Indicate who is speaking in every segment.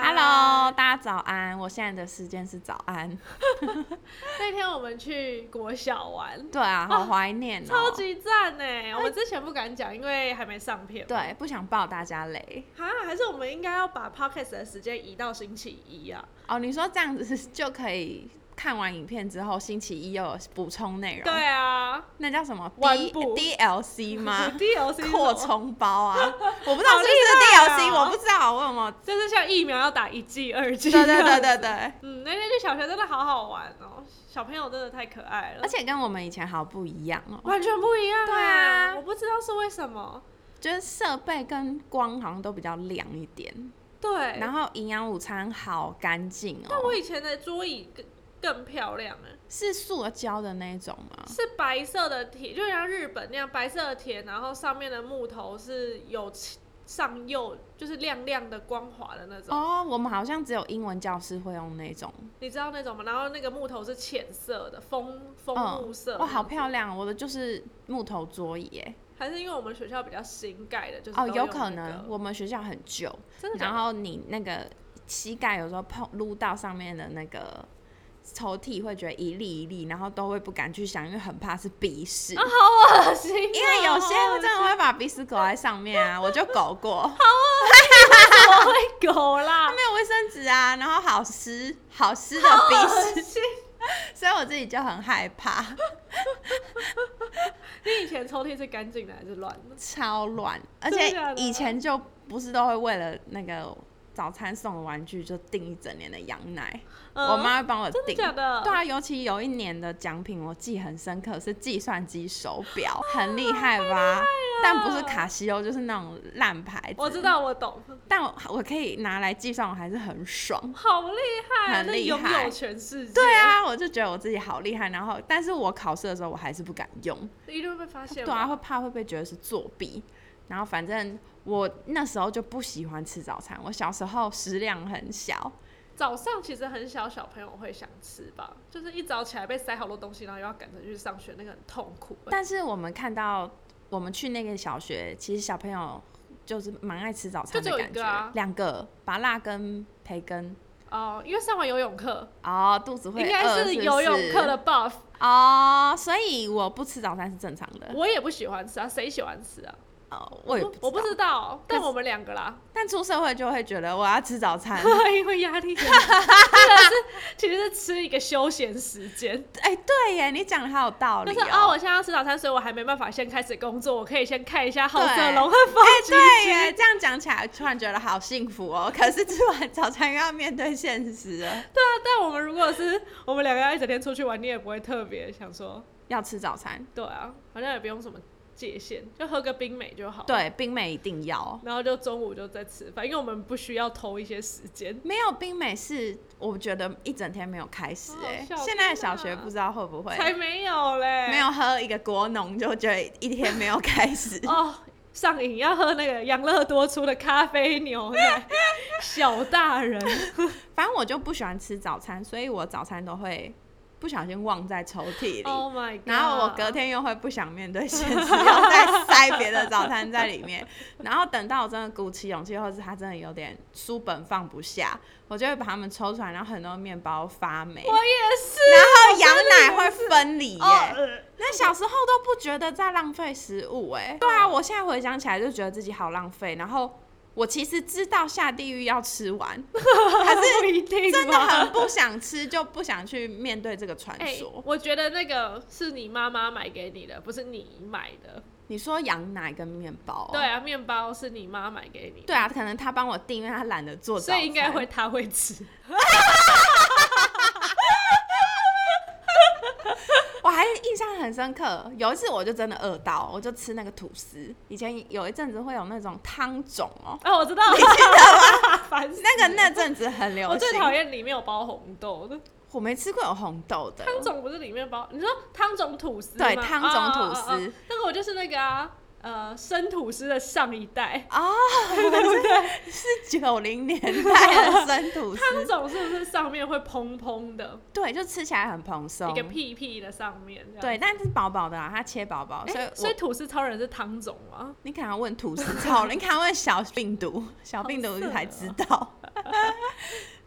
Speaker 1: Hello，大家早安！我现在的时间是早安。
Speaker 2: 那天我们去国小玩，
Speaker 1: 对啊，好怀念、哦，
Speaker 2: 超级赞呢！我们之前不敢讲，因为还没上片。
Speaker 1: 哎对，不想爆大家雷。
Speaker 2: 啊，还是我们应该要把 podcast 的时间移到星期一啊？
Speaker 1: 哦，你说这样子就可以看完影片之后，星期一又有补充内容？
Speaker 2: 对，啊，
Speaker 1: 那叫什么
Speaker 2: 完
Speaker 1: D
Speaker 2: 补
Speaker 1: DLC 吗
Speaker 2: DLC 是什么
Speaker 1: 扩充包啊？我不知道是
Speaker 2: 好厉
Speaker 1: 不
Speaker 2: 害
Speaker 1: 是 DLC，、
Speaker 2: 哦
Speaker 1: 我不知道我 有没有。
Speaker 2: 就是像疫苗要打一剂、二剂。
Speaker 1: 对对对对。对，
Speaker 2: 嗯，那天去小学真的好好玩哦，小朋友真的太可爱了
Speaker 1: 而，且跟我们以前好不一样哦，
Speaker 2: 完全不一样
Speaker 1: 对
Speaker 2: 哎
Speaker 1: 啊
Speaker 2: 我不知道是为什么。
Speaker 1: 就是设备跟光好像都比较亮一点，
Speaker 2: 对，
Speaker 1: 然后营养午餐好干净哦。
Speaker 2: 但我以前的桌椅更更漂亮哎、
Speaker 1: 是塑胶的那种吗？
Speaker 2: 是白色的铁，就像日本那样白色的铁，然后上面的木头是有漆上釉，就是亮亮的、光滑的那种，
Speaker 1: 哦，我们好像只有英文教师会用那种，
Speaker 2: 你知道那种吗？然后那个木头是浅色的，枫枫木
Speaker 1: 嗯
Speaker 2: 色，
Speaker 1: 哇，好漂亮！我的就是木头桌椅耶，
Speaker 2: 还是因为我们学校比较新盖的，就是
Speaker 1: 哦，
Speaker 2: 都
Speaker 1: 有
Speaker 2: 用
Speaker 1: 可
Speaker 2: 那
Speaker 1: 能
Speaker 2: 个
Speaker 1: 我们学校很旧，
Speaker 2: 真的假
Speaker 1: 然
Speaker 2: 的
Speaker 1: 后你那个膝盖有时候碰撸到上面的那个抽屉，会觉得一粒一粒，然后都会不敢去想，因为很怕是鼻屎。
Speaker 2: 好恶心哦、
Speaker 1: 因为有些
Speaker 2: 好恶
Speaker 1: 真的会把鼻屎狗在上面啊，我就狗过，
Speaker 2: 心会狗啦，
Speaker 1: 没有卫生纸啊，然后好湿好湿的
Speaker 2: 好
Speaker 1: 鼻
Speaker 2: 恶
Speaker 1: 屎，
Speaker 2: 心。
Speaker 1: 所以我自己就很害怕。
Speaker 2: 你以前抽屉是干净的还是乱的？
Speaker 1: 超乱，而
Speaker 2: 真的
Speaker 1: 且
Speaker 2: 假的
Speaker 1: 以前就不是都会为了那个早餐送的玩具就订一整年的羊奶，我妈会帮我
Speaker 2: 呃真的
Speaker 1: 订。
Speaker 2: 假的？
Speaker 1: 对啊，尤其有一年的奖品我记很深刻，是计算机手表，很厉害吧？但不是卡西欧，就是那种烂牌子。
Speaker 2: 啊我知，道，我懂，
Speaker 1: 但我我可以拿来计算，我还是很爽。
Speaker 2: 好厉害啊，
Speaker 1: 很
Speaker 2: 那
Speaker 1: 厉
Speaker 2: 拥
Speaker 1: 害
Speaker 2: 有全世界。
Speaker 1: 对啊，我就觉得我自己好厉害。然后，但是我考试的时候我还是不敢用，
Speaker 2: 一定会被发现。
Speaker 1: 对啊，，会怕会被觉得是作弊。然后反正我那时候就不喜欢吃早餐，我小时候食量很小，
Speaker 2: 早上其实很小小朋友会想吃吧，就是一早起来被塞好多东西，然后又要赶着去上学，那个很痛苦。
Speaker 1: 但是我们看到我们去那个小学，其实小朋友就是蛮爱吃早餐
Speaker 2: 就
Speaker 1: 的
Speaker 2: 只有
Speaker 1: 感
Speaker 2: 一
Speaker 1: 觉
Speaker 2: 个啊，
Speaker 1: 两个拔辣跟培根。
Speaker 2: 哦、因为上完游泳课，
Speaker 1: 哦，肚子会
Speaker 2: 应
Speaker 1: 饿
Speaker 2: 该
Speaker 1: 是不
Speaker 2: 游泳
Speaker 1: 是
Speaker 2: 课的 buff，
Speaker 1: 哦，所以我不吃早餐是正常的。
Speaker 2: 我也不喜欢吃啊，谁喜欢吃啊？
Speaker 1: 哦，我也不知
Speaker 2: 我不
Speaker 1: 道
Speaker 2: 知道，
Speaker 1: 但
Speaker 2: 但
Speaker 1: 是
Speaker 2: 我们两个啦，
Speaker 1: 但出社会就会觉得我要吃早餐。
Speaker 2: 因为压力很大，真的是其实是吃一个休闲时间。
Speaker 1: 哎，对耶，你讲的好有道理
Speaker 2: 但
Speaker 1: 哦。
Speaker 2: 是啊、我现在要吃早餐，所以我还没办法先开始工作，我可以先看一下好色
Speaker 1: 对
Speaker 2: 龙和 风
Speaker 1: 哎、
Speaker 2: 景
Speaker 1: 对耶，这样讲起来，突然觉得好幸福哦。 可是吃完早餐又要面对现实了，
Speaker 2: 对啊，但我们如果是我们两个要一整天出去玩，你也不会特别想说，
Speaker 1: 要吃早餐，
Speaker 2: 对啊，好像也不用什么界限，就喝个冰美就好。，
Speaker 1: 对，冰美一定要。
Speaker 2: 然后就中午就在吃饭，因为我们不需要偷一些时 间。
Speaker 1: 没有冰美是，我觉得一整天没有开始
Speaker 2: 好好
Speaker 1: 哎、
Speaker 2: 笑
Speaker 1: 现在的
Speaker 2: 天
Speaker 1: 小学
Speaker 2: 哪
Speaker 1: 不知道会不会
Speaker 2: 才没有嘞，。
Speaker 1: 没有喝一个果农就觉得一天没有开始
Speaker 2: 哦，上瘾要喝那个养乐多出的咖啡牛奶，小大 人。
Speaker 1: 反正我就不喜欢吃早餐，所以我早餐都会不小心忘在抽屉里。
Speaker 2: Oh my god！
Speaker 1: 然后我隔天又会不想面对现实，要再塞别的早餐在里面。然后等到我真的鼓起勇气，或是他真的有点书本放不下，我就会把它们抽出来，然后很多面包发霉，
Speaker 2: 我也是，
Speaker 1: 然后羊奶会分离耶。
Speaker 2: 哦呃
Speaker 1: 那小时候都不觉得在浪费食物哎、对啊，我现在回想起来就觉得自己好浪费。然后我其实知道下地狱要吃完，还 是
Speaker 2: 不一定
Speaker 1: 真的
Speaker 2: 吧
Speaker 1: 很不想吃，就不想去面对这个传
Speaker 2: 哎、
Speaker 1: 说。
Speaker 2: 我觉得那个是你妈妈买给你的，不是你买的。
Speaker 1: 你说羊奶跟面包、
Speaker 2: 对。啊，面包是你妈买给你的，
Speaker 1: 哦对啊，可能他帮我订，因为他懒得做早
Speaker 2: 所
Speaker 1: 餐，
Speaker 2: 以应该会她会吃。
Speaker 1: 我还印象很深刻，有一次我就真的饿到，我就吃那个吐司。以前有一阵子会有那种汤种哦，
Speaker 2: 啊，我知道，你记得吗？ 烦死！
Speaker 1: 那个那阵子很流行。
Speaker 2: 我最讨，厌里面有包红豆的
Speaker 1: 我没吃过有红豆的
Speaker 2: 汤种，不是里面包？你说汤种吐司吗
Speaker 1: 对汤种吐司
Speaker 2: 哦哦哦哦那个我就是那个啊，呃，生吐司的上一代。
Speaker 1: 哦，是九零年代的生吐司，
Speaker 2: 汤种是不是上面会蓬蓬的，
Speaker 1: 对，就吃起来很蓬松
Speaker 2: 一个，屁屁的上面？这样
Speaker 1: 对，，但是薄薄的啊，它切薄薄，所以
Speaker 2: 哎、
Speaker 1: 我
Speaker 2: 所以吐司超人是汤种吗？
Speaker 1: 你可能要 问
Speaker 2: 哦
Speaker 1: 吐司超人，你可能要问小病毒，小病毒才知道。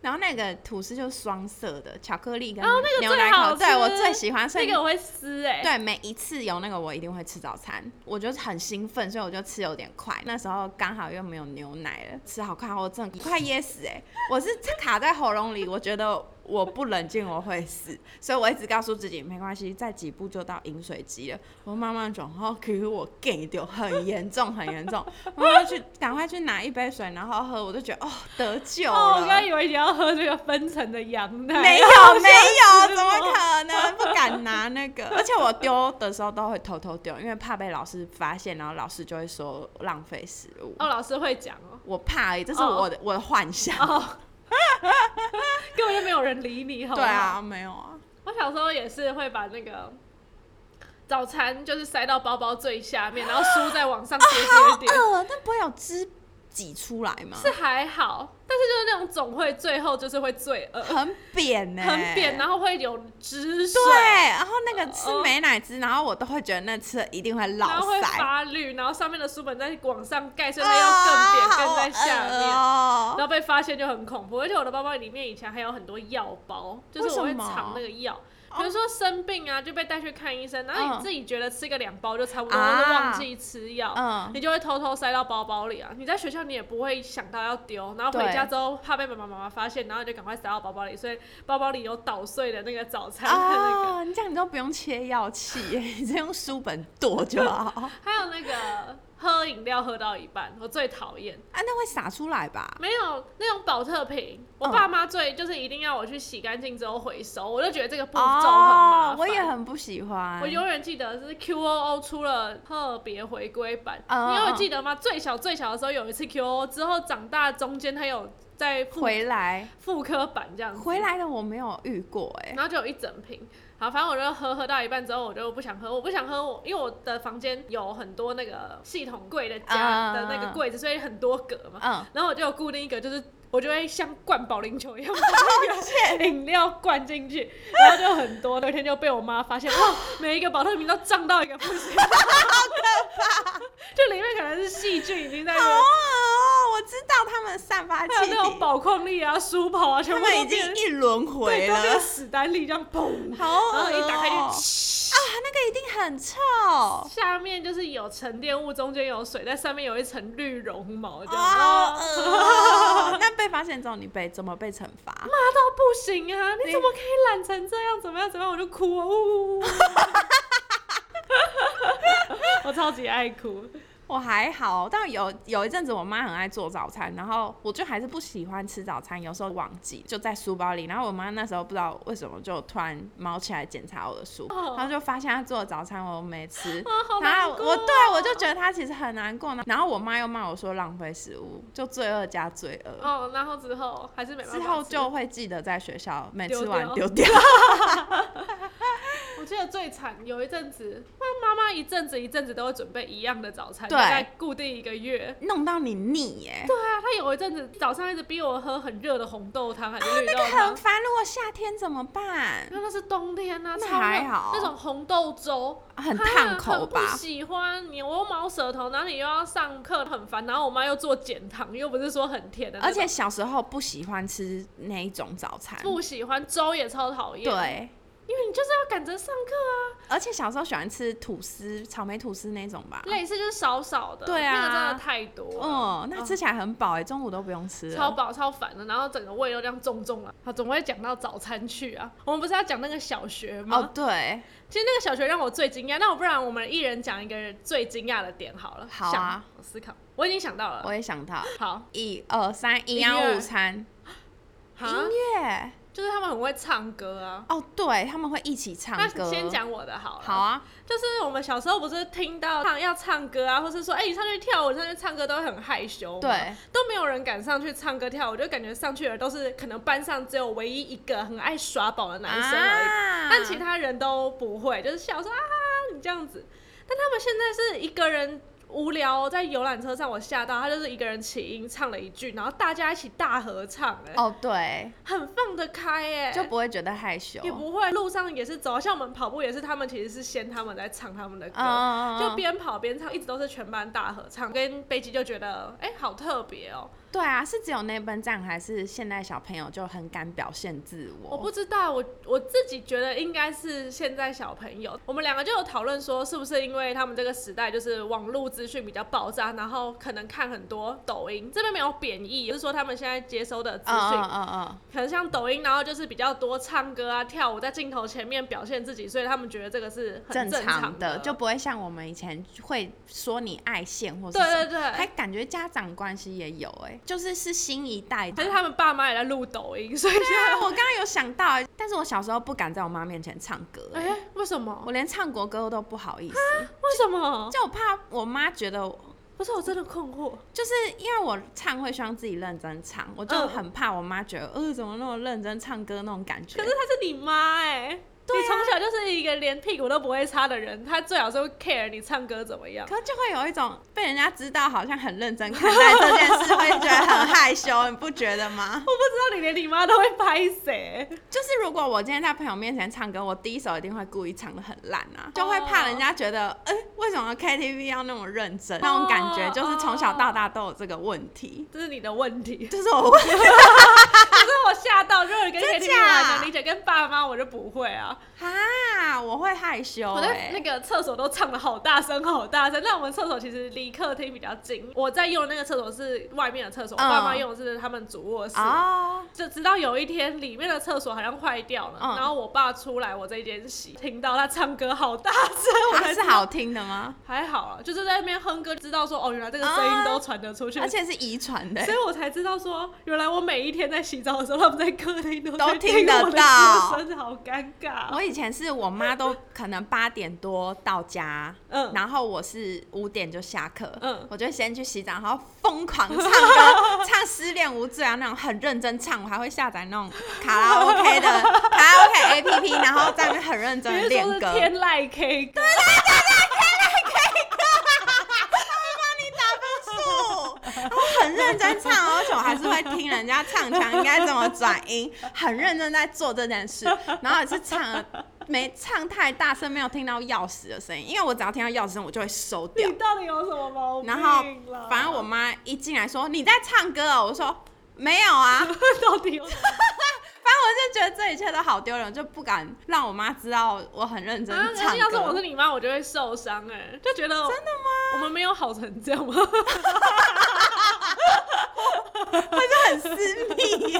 Speaker 1: 然后那个吐司就是双色的，巧克力跟
Speaker 2: 哦那个
Speaker 1: 牛
Speaker 2: 最
Speaker 1: 奶
Speaker 2: 好
Speaker 1: 口，对我
Speaker 2: 吃
Speaker 1: 最喜欢。所
Speaker 2: 那
Speaker 1: 以
Speaker 2: 个我会撕哎、
Speaker 1: 对，每一次有那个我一定会吃早餐，我就是很兴奋，所以我就吃有点快。那时候刚好又没有牛奶了，吃好快，我真的快噎死哎、我是卡在喉咙里，我觉得我不冷静我会死，所以我一直告诉自己没关系，再几步就到饮水机了。我慢慢转后，可是我 gay 掉，很严重，很严重。我要去赶快去拿一杯水，然后喝，我就觉得哦得救了。
Speaker 2: 哦，我刚以为你要喝这个分层的羊奶，
Speaker 1: 没有没有，怎么可能？不敢拿那个， 而且我丢的时候都会偷偷丢，因为怕被老师发现，然后老师就会说浪费食物。
Speaker 2: 哦，老师会讲哦，
Speaker 1: 我怕欸而已，这是我的、我的幻想。
Speaker 2: 哦， 根本就没有人理你，好不
Speaker 1: 对
Speaker 2: 好，
Speaker 1: 啊，没有啊，
Speaker 2: 我小时候也是会把那个早餐就是塞到包包最下面，然后书再往上叠叠 叠，
Speaker 1: 呃，那不会有汁挤出来吗？
Speaker 2: 是还好，但是就是那种总会最后就是会罪恶，
Speaker 1: 很扁呢、欸
Speaker 2: 很扁，。啊然后会有汁水。
Speaker 1: 对，然后那个吃
Speaker 2: 哦
Speaker 1: 美乃滋，然后我都会觉得那吃了一定会落
Speaker 2: 然后会
Speaker 1: 腮，
Speaker 2: 发绿，然后上面的书本再往上盖，所以它
Speaker 1: 啊
Speaker 2: 又更扁，更在下面。
Speaker 1: 面
Speaker 2: 然后被发现就很恐怖，而且我的包包里面以前还有很多药包，就是我会
Speaker 1: 为什么
Speaker 2: 藏那个药，比如说生病啊就被带去看医生，然后
Speaker 1: 嗯
Speaker 2: 你自己觉得吃个两包就差不多，
Speaker 1: 啊
Speaker 2: 或者忘记吃药，
Speaker 1: 嗯
Speaker 2: 你就会偷偷塞到包包里啊。你在学校你也不会想到要丢，然后回
Speaker 1: 对
Speaker 2: 家之后怕被爸爸妈妈发现，然后你就赶快塞到包包里，所以包包里有捣碎的那个早 餐的那个，
Speaker 1: 啊，你这样你都不用切药器 耶，你直接用书本剁就 好。
Speaker 2: 还有那个喝饮料喝到一半，我最讨厌。
Speaker 1: 啊，那会洒出来吧？
Speaker 2: 没有那种保特瓶，我
Speaker 1: 嗯
Speaker 2: 爸妈最就是一定要我去洗干净之后回收，我就觉得这个步骤很麻
Speaker 1: 哦
Speaker 2: 烦。，
Speaker 1: 我也很不喜欢。
Speaker 2: 我永远记得是 QOO 出了特别回归版，
Speaker 1: 嗯
Speaker 2: 你有
Speaker 1: 嗯嗯
Speaker 2: 记得吗？最小最小的时候有一次 QOO，之后长大中间它有在复
Speaker 1: 回来
Speaker 2: 复刻版这样子，
Speaker 1: 回来的我没有遇过哎、
Speaker 2: 然后就有一整瓶。好，反正我就喝喝到一半之后，我就不想喝，我不想喝我，因为我的房间有很多那个系统柜的家
Speaker 1: 嗯
Speaker 2: 的那个柜子，所以很多格嘛。
Speaker 1: 嗯，
Speaker 2: 然后我就有固定一个，就是我就会像灌保龄 球一样把那个饮料灌进去，然后就很多。那天就被我妈发现，哇，每一个保特瓶都胀到一个不行，好可怕！就里面可能是细菌已经在那
Speaker 1: 好恶
Speaker 2: 边，
Speaker 1: 哦，我知道他们散发
Speaker 2: 还
Speaker 1: 气
Speaker 2: 有那种
Speaker 1: 体，
Speaker 2: 宝矿力啊、书跑啊，全
Speaker 1: 他
Speaker 2: 部都
Speaker 1: 们已
Speaker 2: 变
Speaker 1: 经一轮
Speaker 2: 对，
Speaker 1: 回
Speaker 2: 都
Speaker 1: 了，
Speaker 2: 变史丹利这样砰，
Speaker 1: 好恶、哦
Speaker 2: 然
Speaker 1: 哦
Speaker 2: 后嗯一打开就哦
Speaker 1: 啊，那个一定很臭。
Speaker 2: 下面就是有沉淀物，中间有水，在上面有一层绿绒毛，这样。
Speaker 1: 好
Speaker 2: 哦
Speaker 1: 恶 哦！那被发现之后，你被怎么被惩罚？
Speaker 2: 骂到不行啊！你怎么可以懒成这样？怎么样？怎么样？我就哭啊！呜呜呜！ 我超级爱哭，
Speaker 1: 我还好，但有有一阵子我妈很爱做早餐，然后我就还是不喜欢吃早餐，有时候忘记就在书包里。然后我妈那时候不知道为什么就突然猫起来检查我的书，
Speaker 2: 哦
Speaker 1: 然后就发现她做的早餐我没吃。
Speaker 2: 啊，好
Speaker 1: 然
Speaker 2: 难
Speaker 1: 后
Speaker 2: 过、
Speaker 1: 我对我就觉得她其实很难过呢，然后我妈又骂我说浪费食物，就罪恶加罪恶。
Speaker 2: 哦，然后之后还是没办法
Speaker 1: 之
Speaker 2: 吃。
Speaker 1: 后就会记得在学校每
Speaker 2: 丢
Speaker 1: 吃完
Speaker 2: 掉
Speaker 1: 丢 掉。
Speaker 2: 我记得最惨，有一阵子，妈妈妈一阵子一阵子都会准备一样的早餐，
Speaker 1: 对
Speaker 2: 大概固定一个月。
Speaker 1: 弄到你腻耶、
Speaker 2: 对啊，她有一阵子早上一直逼我喝很热的红豆汤还是绿豆汤
Speaker 1: 很，烦。如果夏天怎么办
Speaker 2: 因？为那是冬天啊，
Speaker 1: 那
Speaker 2: 超热
Speaker 1: 还好
Speaker 2: 那种红豆粥
Speaker 1: 很
Speaker 2: 哈
Speaker 1: 烫口
Speaker 2: 很
Speaker 1: 吧？
Speaker 2: 不喜欢你，我又毛舌头，然后你又要上课，很烦。然后我妈又做减糖，又不是说很甜的那
Speaker 1: 而
Speaker 2: 种，
Speaker 1: 且小时候不喜欢吃那一种早餐，
Speaker 2: 不喜欢粥也超讨厌。，
Speaker 1: 对，
Speaker 2: 因为你就是要赶着上课，
Speaker 1: 而且小时候喜欢吃吐司、草莓吐司那种吧。
Speaker 2: 类似就是少少的，
Speaker 1: 对啊
Speaker 2: 那个真的太多了。
Speaker 1: 嗯，那吃起来很饱哎、中午都不用吃
Speaker 2: 超
Speaker 1: 了。
Speaker 2: 饱超烦的，然后整个胃都这样重重了。好，总会讲到早餐去啊。我们不是要讲那个小学吗？
Speaker 1: 哦，对，
Speaker 2: 其实那个小学让我最惊讶。那我不然我们一人讲一个最惊讶的点好了。
Speaker 1: 好啊
Speaker 2: 想，我思考，我已经想到了。
Speaker 1: 我也想到，
Speaker 2: 好，
Speaker 1: 一二三，营
Speaker 2: 音乐
Speaker 1: 养午餐，音
Speaker 2: 哈
Speaker 1: 乐。
Speaker 2: 啊就是他们很会唱歌啊。
Speaker 1: 哦，对，他们会一起唱
Speaker 2: 那
Speaker 1: 歌。
Speaker 2: 先。讲我的好了。
Speaker 1: 好啊，
Speaker 2: 就是我们小时候不是听到唱要唱歌啊，或是说哎、你上去跳舞、上去唱歌都会很害羞，，
Speaker 1: 对，
Speaker 2: 都没有人敢上去唱歌跳舞，就感觉上去的都是可能班上只有唯一一个很爱耍宝的男生而已，
Speaker 1: 啊
Speaker 2: 但其他人都不会，就是笑说啊你这样子。但他们现在是一个人无聊在游览车上，我吓到他就是一个人起音唱了一句，然后大家一起大合唱、哎、
Speaker 1: 哦，对，
Speaker 2: 很放得开、哎，
Speaker 1: 就不会觉得害羞。
Speaker 2: 也不会，路上也是走，像我们跑步也是，他们其实是先他们在唱他们的歌，
Speaker 1: 嗯，
Speaker 2: 就边跑边唱，一直都是全班大合唱。跟贝基就觉得，哎、好特别哦、
Speaker 1: 对啊，是只有那班这样，还是现在小朋友就很敢表现自我？
Speaker 2: 我不知道，我我自己觉得应该是现在小朋友，我们两个就有讨论说，是不是因为他们这个时代就是网络资讯比较爆炸，然后可能看很多抖音，这边没有贬义，就是说他们现在接收的资
Speaker 1: 嗯
Speaker 2: 讯
Speaker 1: 嗯嗯嗯，
Speaker 2: 可能像抖音，然后就是比较多唱歌啊、跳舞，在镜头前面表现自己，所以他们觉得这个是很
Speaker 1: 正
Speaker 2: 正
Speaker 1: 常
Speaker 2: 的，
Speaker 1: 就不会像我们以前会说你爱现或是什么
Speaker 2: 对对
Speaker 1: 还
Speaker 2: 对。
Speaker 1: 感觉家长关系也有哎、就是是新一代
Speaker 2: 可
Speaker 1: 的
Speaker 2: 是。 他们爸妈也在录抖音，所以现
Speaker 1: 啊
Speaker 2: 在
Speaker 1: 我刚刚有想到、欸，但是我小时候不敢在我妈面前唱歌、欸，
Speaker 2: 哎、为什么？
Speaker 1: 我连唱国歌都不好意 思，
Speaker 2: 为什么？
Speaker 1: 就我怕我妈觉得我，
Speaker 2: 不是我真的困惑。
Speaker 1: 就是因为我唱会希望自己认真唱，我就
Speaker 2: 嗯
Speaker 1: 很怕我妈觉得，呃，怎么那么认真唱歌那种感觉。
Speaker 2: 可是她是你妈哎、
Speaker 1: 对啊
Speaker 2: 你从小就是一个连屁股都不会擦的人，她最好是会 care 你唱歌怎么样。
Speaker 1: 可是就会有一种被人家知道好像很认真看待这件事，会觉得很害羞，你不觉得吗？
Speaker 2: 我不知道你连你妈都会拍谁，
Speaker 1: 就是如果我今天在朋友面前唱歌，我第一首一定会故意唱的很烂
Speaker 2: 哦
Speaker 1: 啊，就会怕人家觉得，哎、为什么 KTV 要那么认
Speaker 2: 哦
Speaker 1: 真？那种感觉就是从小到大都有这个问题，
Speaker 2: 这是你的问 题。
Speaker 1: 就是我问，
Speaker 2: 可是我吓到，如果跟
Speaker 1: 真
Speaker 2: KTV
Speaker 1: 假
Speaker 2: 玩能理解，啊跟爸妈我就不会啊。
Speaker 1: 啊，我会害羞、
Speaker 2: 我在
Speaker 1: 欸，
Speaker 2: 那个厕所都唱的好大声，好大声。那我们厕所其实离客厅比较近，我在用的那个厕所是外面的厕所，我
Speaker 1: 嗯
Speaker 2: 爸妈用的是他们主卧室。
Speaker 1: 哦，
Speaker 2: 就直到有一天，里面的厕所好像坏掉了，
Speaker 1: 嗯
Speaker 2: 然后我爸出来我这间洗，听到他唱歌好大声，我
Speaker 1: 它
Speaker 2: 才
Speaker 1: 啊是好听的吗？
Speaker 2: 还好啊，就是在那边哼歌，知道说哦，原来这个声音
Speaker 1: 啊
Speaker 2: 都传得出去，
Speaker 1: 而且是遗传的欸、
Speaker 2: 所以我才知道说，原来我每一天在洗澡的时候，他们在客厅都
Speaker 1: 都
Speaker 2: 在
Speaker 1: 听
Speaker 2: 听
Speaker 1: 得
Speaker 2: 我的
Speaker 1: 到
Speaker 2: 歌声，好尴尬哦。
Speaker 1: 我以前是我妈都可能八点多到家，
Speaker 2: 嗯
Speaker 1: 然后我是五点就下课，
Speaker 2: 嗯
Speaker 1: 我就先去洗澡，然后疯狂 唱歌，唱《失恋无罪》啊那种很认真唱，我还会下载那种卡拉 OK 的卡拉 OK APP，然后在那边很认真
Speaker 2: 你
Speaker 1: 地
Speaker 2: 是
Speaker 1: 练
Speaker 2: 说是
Speaker 1: 歌。
Speaker 2: 天籁 K 歌？
Speaker 1: 啊我很认真唱，而且我还是会听人家唱腔应该怎么转音，很认真在做这件 事。然后也是唱了，没唱太大声，没有听到钥匙的声音，因为我只要听到钥匙声，我就会收掉
Speaker 2: 你。到底有什么毛病
Speaker 1: 然
Speaker 2: 啦？
Speaker 1: 后反正我妈一进来说你在唱歌哦，我说没有啊，反正
Speaker 2: 到底有什么
Speaker 1: 我就觉得这一切都好丢人，我就不敢让我妈知道我很认真
Speaker 2: 啊？可
Speaker 1: 唱
Speaker 2: 是要是
Speaker 1: 歌。
Speaker 2: 我是你妈，我就会受伤哎、就觉得真的吗？我们没有好成这样吗？
Speaker 1: 很私密 耶，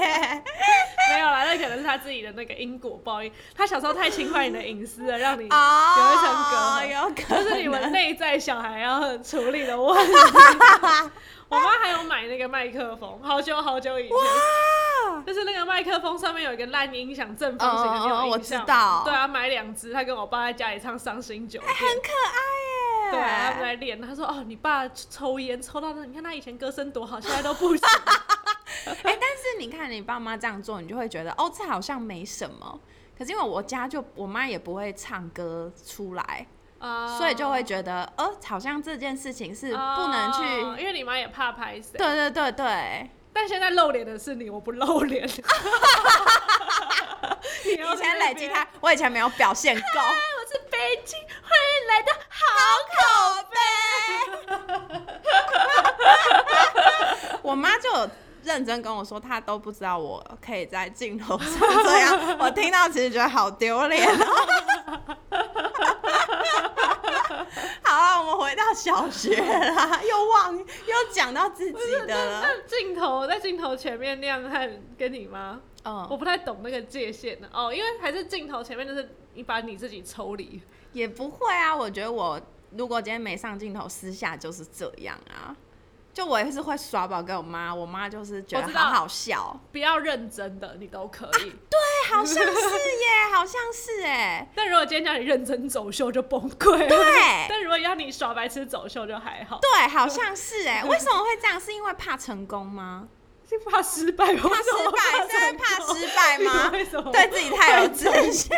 Speaker 2: 没有啦，那可能是她自己的那个因果报应。她小时候太侵犯你的隐私了，让你
Speaker 1: 啊哦，
Speaker 2: 有一
Speaker 1: 有可
Speaker 2: 这
Speaker 1: 能
Speaker 2: 是你们内在小孩要处理的问题。我 妈还有买那个麦克风，好久好久以前，
Speaker 1: 啊，
Speaker 2: 就是那个麦克风上面有一个烂音响，正方形的那
Speaker 1: 哦哦
Speaker 2: 种
Speaker 1: 哦
Speaker 2: 音响。
Speaker 1: 我知道哎
Speaker 2: 对啊，买两只，她跟我爸在家里唱《伤心酒店》
Speaker 1: 很可爱耶。
Speaker 2: 对啊，他们来练。他说：“哦，你爸抽烟抽到那，你看他以前歌声多好，现在都 不行。
Speaker 1: 哎、但是你看你爸妈这样做，你就会觉得哦，这好像没什么。可是因为我家就我妈也不会唱歌出来，
Speaker 2: 啊
Speaker 1: 所以就会觉得呃，好像这件事情是不能去。
Speaker 2: 哦因为你妈也怕拍谁。
Speaker 1: 对对对对，
Speaker 2: 但现在露脸的是你，我不露 脸。你要
Speaker 1: 以
Speaker 2: 在那
Speaker 1: 前
Speaker 2: 边
Speaker 1: 累积他，我以前没有表现够，
Speaker 2: 哎我是北京，欢迎来到
Speaker 1: 好口碑。我妈就有认真跟我说，她都不知道我可以在镜头上这样，我听到其实觉得好丢脸哦。好了，我们回到小学啦，又忘又讲到自
Speaker 2: 不是
Speaker 1: 己的
Speaker 2: 那
Speaker 1: 了。
Speaker 2: 那镜头在镜头前面那样看，跟你妈，我
Speaker 1: 嗯，
Speaker 2: 不太懂那个界限的哦，因为还是镜头前面就是你把你自己抽离。
Speaker 1: 也不会啊，我觉得我如果今天没上镜头，私下就是这样啊。就我也是会耍宝给我妈，我妈就是觉
Speaker 2: 我
Speaker 1: 得
Speaker 2: 知道
Speaker 1: 好好笑。
Speaker 2: 不要认真的，你都可以。
Speaker 1: 哎好像是耶，好像是 哎，
Speaker 2: 但如果今天叫你认真走秀，就崩溃了。
Speaker 1: 对
Speaker 2: 但如果要你耍白痴走秀，就还好。
Speaker 1: 对，好像是哎。为什么会这样？是因为怕成功吗？
Speaker 2: 是怕失败吗？
Speaker 1: 怕失败，是因为
Speaker 2: 真的
Speaker 1: 怕失败吗？
Speaker 2: 为什么？
Speaker 1: 对自己太有自信，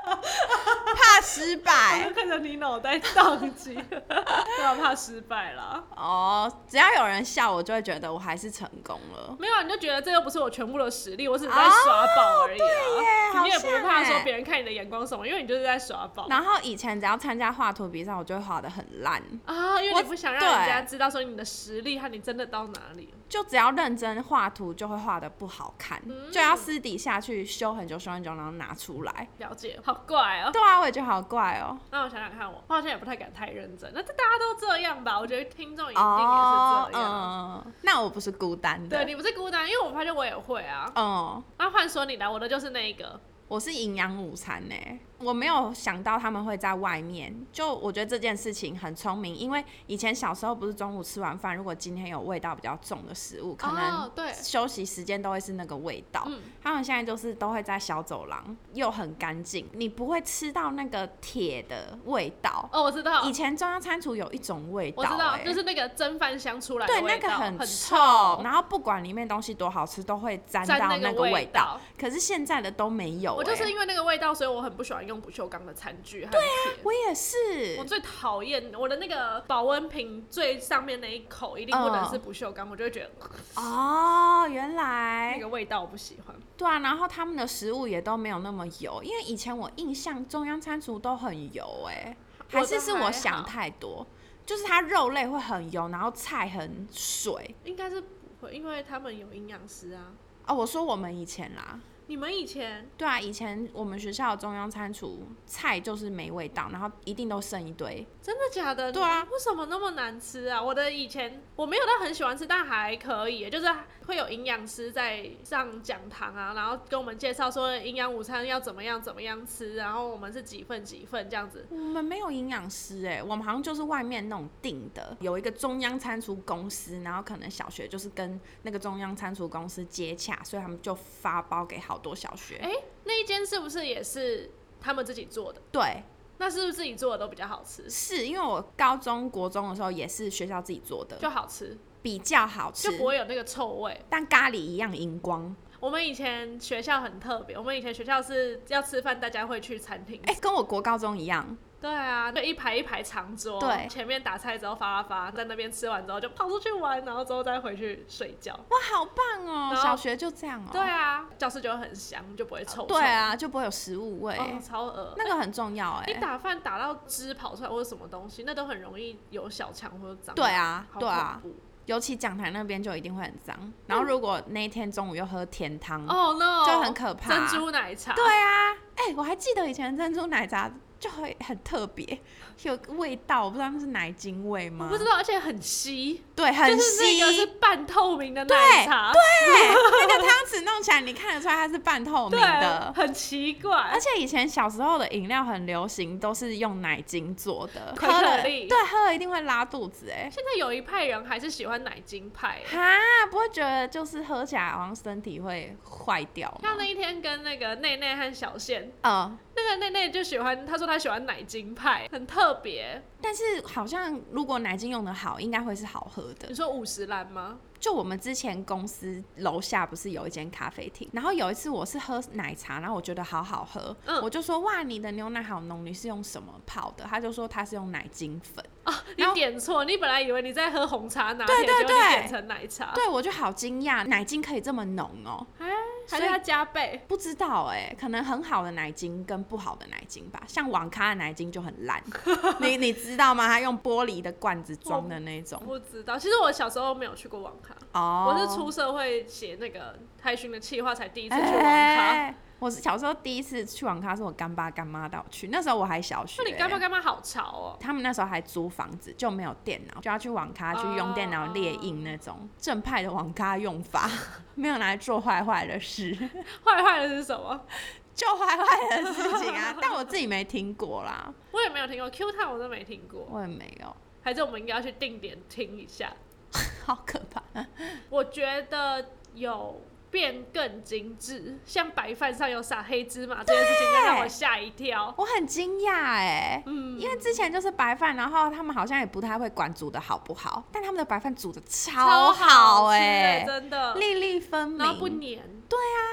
Speaker 1: 怕失失
Speaker 2: 我
Speaker 1: 败
Speaker 2: 就看着你脑袋宕机， 对啊，怕失败啦。
Speaker 1: 哦。只要有人笑，我就会觉得我还是成功了。
Speaker 2: 没有啊，你就觉得这又不是我全部的实力，我只是在耍宝而已
Speaker 1: 哦对耶
Speaker 2: 啊。你也
Speaker 1: 好
Speaker 2: 不
Speaker 1: 像
Speaker 2: 怕
Speaker 1: 耶
Speaker 2: 说别人看你的眼光什么，因为你就是在耍宝
Speaker 1: 然后以前只要参加画图比赛，我就会画的很烂，
Speaker 2: 啊，因为
Speaker 1: 我
Speaker 2: 你不想让
Speaker 1: 对
Speaker 2: 人家知道说你的实力和你真的到哪里。
Speaker 1: 就只要认真画图就会画的不好看，
Speaker 2: 嗯
Speaker 1: 就要私底下去修很久修很久，然后拿出来。
Speaker 2: 了解，好怪哦、
Speaker 1: 对啊，我也觉得好怪哦、
Speaker 2: 那我想想看我，我好像也不太敢太认真。那这大家都这样吧？我觉得听众一定也
Speaker 1: 哦
Speaker 2: 是，这样。
Speaker 1: 嗯，那我不是孤单
Speaker 2: 对
Speaker 1: 的，
Speaker 2: 你不是孤单，因为我发现我也会啊。
Speaker 1: 嗯，
Speaker 2: 那换说你来，我的就是那一个，
Speaker 1: 我是营养午餐呢、我没有想到他们会在外面。就我觉得这件事情很聪明，因为以前小时候不是中午吃完饭，如果今天有味道比较重的食物，可能
Speaker 2: 哦对
Speaker 1: 休息时间都会是那个味道。
Speaker 2: 嗯
Speaker 1: 他们现在就是都会在小走廊，又很干净，你不会吃到那个铁的味道。
Speaker 2: 哦，我知道
Speaker 1: 以，前中央餐厨有一种味道、
Speaker 2: 我知道，
Speaker 1: 欸
Speaker 2: 就是那个蒸饭香出来的
Speaker 1: 对，
Speaker 2: 味
Speaker 1: 那个
Speaker 2: 道
Speaker 1: 很
Speaker 2: 很
Speaker 1: 然后不管里面东西多好吃，都会沾
Speaker 2: 沾
Speaker 1: 到
Speaker 2: 那个
Speaker 1: 个
Speaker 2: 味
Speaker 1: 味
Speaker 2: 道。
Speaker 1: 可是现在的都没有、欸，
Speaker 2: 我就是因为那个味道，所以我很不喜欢用不锈钢的餐具和铁。
Speaker 1: 我也是
Speaker 2: 我，最讨厌我的那个保温瓶最上面那一口一定不能
Speaker 1: 嗯
Speaker 2: 是不锈钢，我就会觉得呃
Speaker 1: 哦，原
Speaker 2: 那
Speaker 1: 来
Speaker 2: 个味道我不喜欢。
Speaker 1: 对啊，然后他们的食物也都没有那么油，因为以前我印象中央餐厨都很油、欸，
Speaker 2: 我
Speaker 1: 还
Speaker 2: 的
Speaker 1: 是是我
Speaker 2: 还
Speaker 1: 想
Speaker 2: 好
Speaker 1: 太多，就是它肉类会很油，然后菜很水
Speaker 2: 应该是不会，因为他们有营养师啊。
Speaker 1: 哦。我说我们以前啦，
Speaker 2: 你们以前
Speaker 1: 对啊，以前我们学校的中央餐厨菜就是没味道，然后一定都剩一堆，
Speaker 2: 真的假的？
Speaker 1: 对啊
Speaker 2: 你，为什么那么难吃啊？我的以前我没有到很喜欢吃，但还可以，就是会有营养师在上讲堂啊，然后跟我们介绍说营养午餐要怎么样怎么样吃，然后我们是几份几份这样子。
Speaker 1: 我们没有营养师哎、我们好像就是外面那种订的，有一个中央餐厨公司，然后可能小学就是跟那个中央餐厨公司接洽，所以他们就发包给好多小学。
Speaker 2: 哎、那一间是不是也是他们自己做的？
Speaker 1: 对，
Speaker 2: 那是不是自己做的都比较好吃？
Speaker 1: 是因为我高中国中的时候也是学校自己做的，
Speaker 2: 就好吃，
Speaker 1: 比较好吃
Speaker 2: 就，嗯不会有那个臭味。
Speaker 1: 但咖喱一样荧光。
Speaker 2: 我们以前学校很特别，我们以前学校是要吃饭，大家会去餐厅。
Speaker 1: 哎、跟我国高中一样，
Speaker 2: 对啊，就一排一排长桌，
Speaker 1: 对
Speaker 2: 前面打菜之后发发发，在那边吃完之后就跑出去玩，然后之后再回去睡觉。
Speaker 1: 哇，好棒哦、
Speaker 2: 然后
Speaker 1: 小学就这样哦、
Speaker 2: 啊对啊，教室就会很香，就不会臭臭。
Speaker 1: 对啊，就不会有食物味，
Speaker 2: 哦，超恶。
Speaker 1: 那个很重要哎、
Speaker 2: 你打饭打到汁跑出来或者什么东西，那都很容易有小强或者脏。
Speaker 1: 对，啊，
Speaker 2: 好
Speaker 1: 对啊
Speaker 2: 恐。怖。
Speaker 1: 尤其讲台那边就一定会很脏。然后如果那一天中午又喝甜汤，
Speaker 2: 哦、no，
Speaker 1: 就很可怕
Speaker 2: 珍珠奶茶，
Speaker 1: 对啊，哎、我还记得以前珍珠奶茶就会很特别，有个味道，我不知道那是奶精味吗？
Speaker 2: 我不知道，而且很稀，
Speaker 1: 对，很
Speaker 2: 就是那
Speaker 1: 稀，
Speaker 2: 个是半透明的
Speaker 1: 对
Speaker 2: 奶茶，
Speaker 1: 对，那个汤匙弄起来你看得出来它是半透明的。
Speaker 2: 很奇怪
Speaker 1: 而。且以前小时候的饮料很流行，都是用奶精做的，
Speaker 2: 可
Speaker 1: 喝
Speaker 2: 可
Speaker 1: 了
Speaker 2: 丽
Speaker 1: 对喝了一定会拉肚子哎、
Speaker 2: 现在有一派人还是喜欢奶精派、欸。
Speaker 1: 哈，不会觉得就是喝起来好像身体会坏掉吗？
Speaker 2: 像那一天跟那个内内和小宪，
Speaker 1: 嗯，
Speaker 2: 那个内内就喜欢，他说他喜欢奶精派，很特别。
Speaker 1: 但是好像如果奶精用的好，应该会是好喝的
Speaker 2: 你。说五十兰吗？
Speaker 1: 就我们之前公司楼下不是有一间咖啡厅，然后有一次我是喝奶茶，然后我觉得好好喝，
Speaker 2: 嗯
Speaker 1: 我就说哇，你的牛奶好浓，你是用什么泡的？他就说他是用奶精粉，
Speaker 2: 你
Speaker 1: 然后
Speaker 2: 点错，你本来以为你在喝红茶拿铁，
Speaker 1: 对
Speaker 2: 结果
Speaker 1: 对
Speaker 2: 你
Speaker 1: 对
Speaker 2: 点成奶茶，
Speaker 1: 对我就好惊讶，奶精可以这么浓哦、
Speaker 2: 哎，还
Speaker 1: 所
Speaker 2: 是
Speaker 1: 以
Speaker 2: 要加倍。
Speaker 1: 不知道哎、可能很好的奶精跟不好的奶精吧，像网咖的奶精就很 烂，你你知道吗？他用玻璃的罐子装的那种，
Speaker 2: 不知道，其实我小时候没有去过网咖，
Speaker 1: 哦，
Speaker 2: 我是出社会写那个开训的企划才第一次去网咖。
Speaker 1: 哎，我是小时候第一次去网咖，是我干爸干妈带我去，那时候我还小学、
Speaker 2: 那你干爸干妈好潮哦、
Speaker 1: 他们那时候还租房子，就没有电脑，就要去网咖去用电脑列印那种、 正派的网咖用法，没有拿来做坏坏的事，
Speaker 2: 坏坏的是什么？
Speaker 1: 做坏坏的事情 啊。但我自己没听过啦，
Speaker 2: 我也没有听过 Q 探，我都没听过。
Speaker 1: 我也没 有，
Speaker 2: 还是我们应该要去定点听一下？
Speaker 1: 好可怕。
Speaker 2: 我觉得有变更精致，像白饭上有撒黑芝麻这件事情，就让我吓一跳。
Speaker 1: 我很惊讶哎，
Speaker 2: 嗯，
Speaker 1: 因为之前就是白饭，然后他们好像也不太会管煮的好不好，但他们的白饭煮的超
Speaker 2: 好吃欸
Speaker 1: 哎、
Speaker 2: 真的，
Speaker 1: 粒粒分明。
Speaker 2: 然后不
Speaker 1: 哦，
Speaker 2: 黏，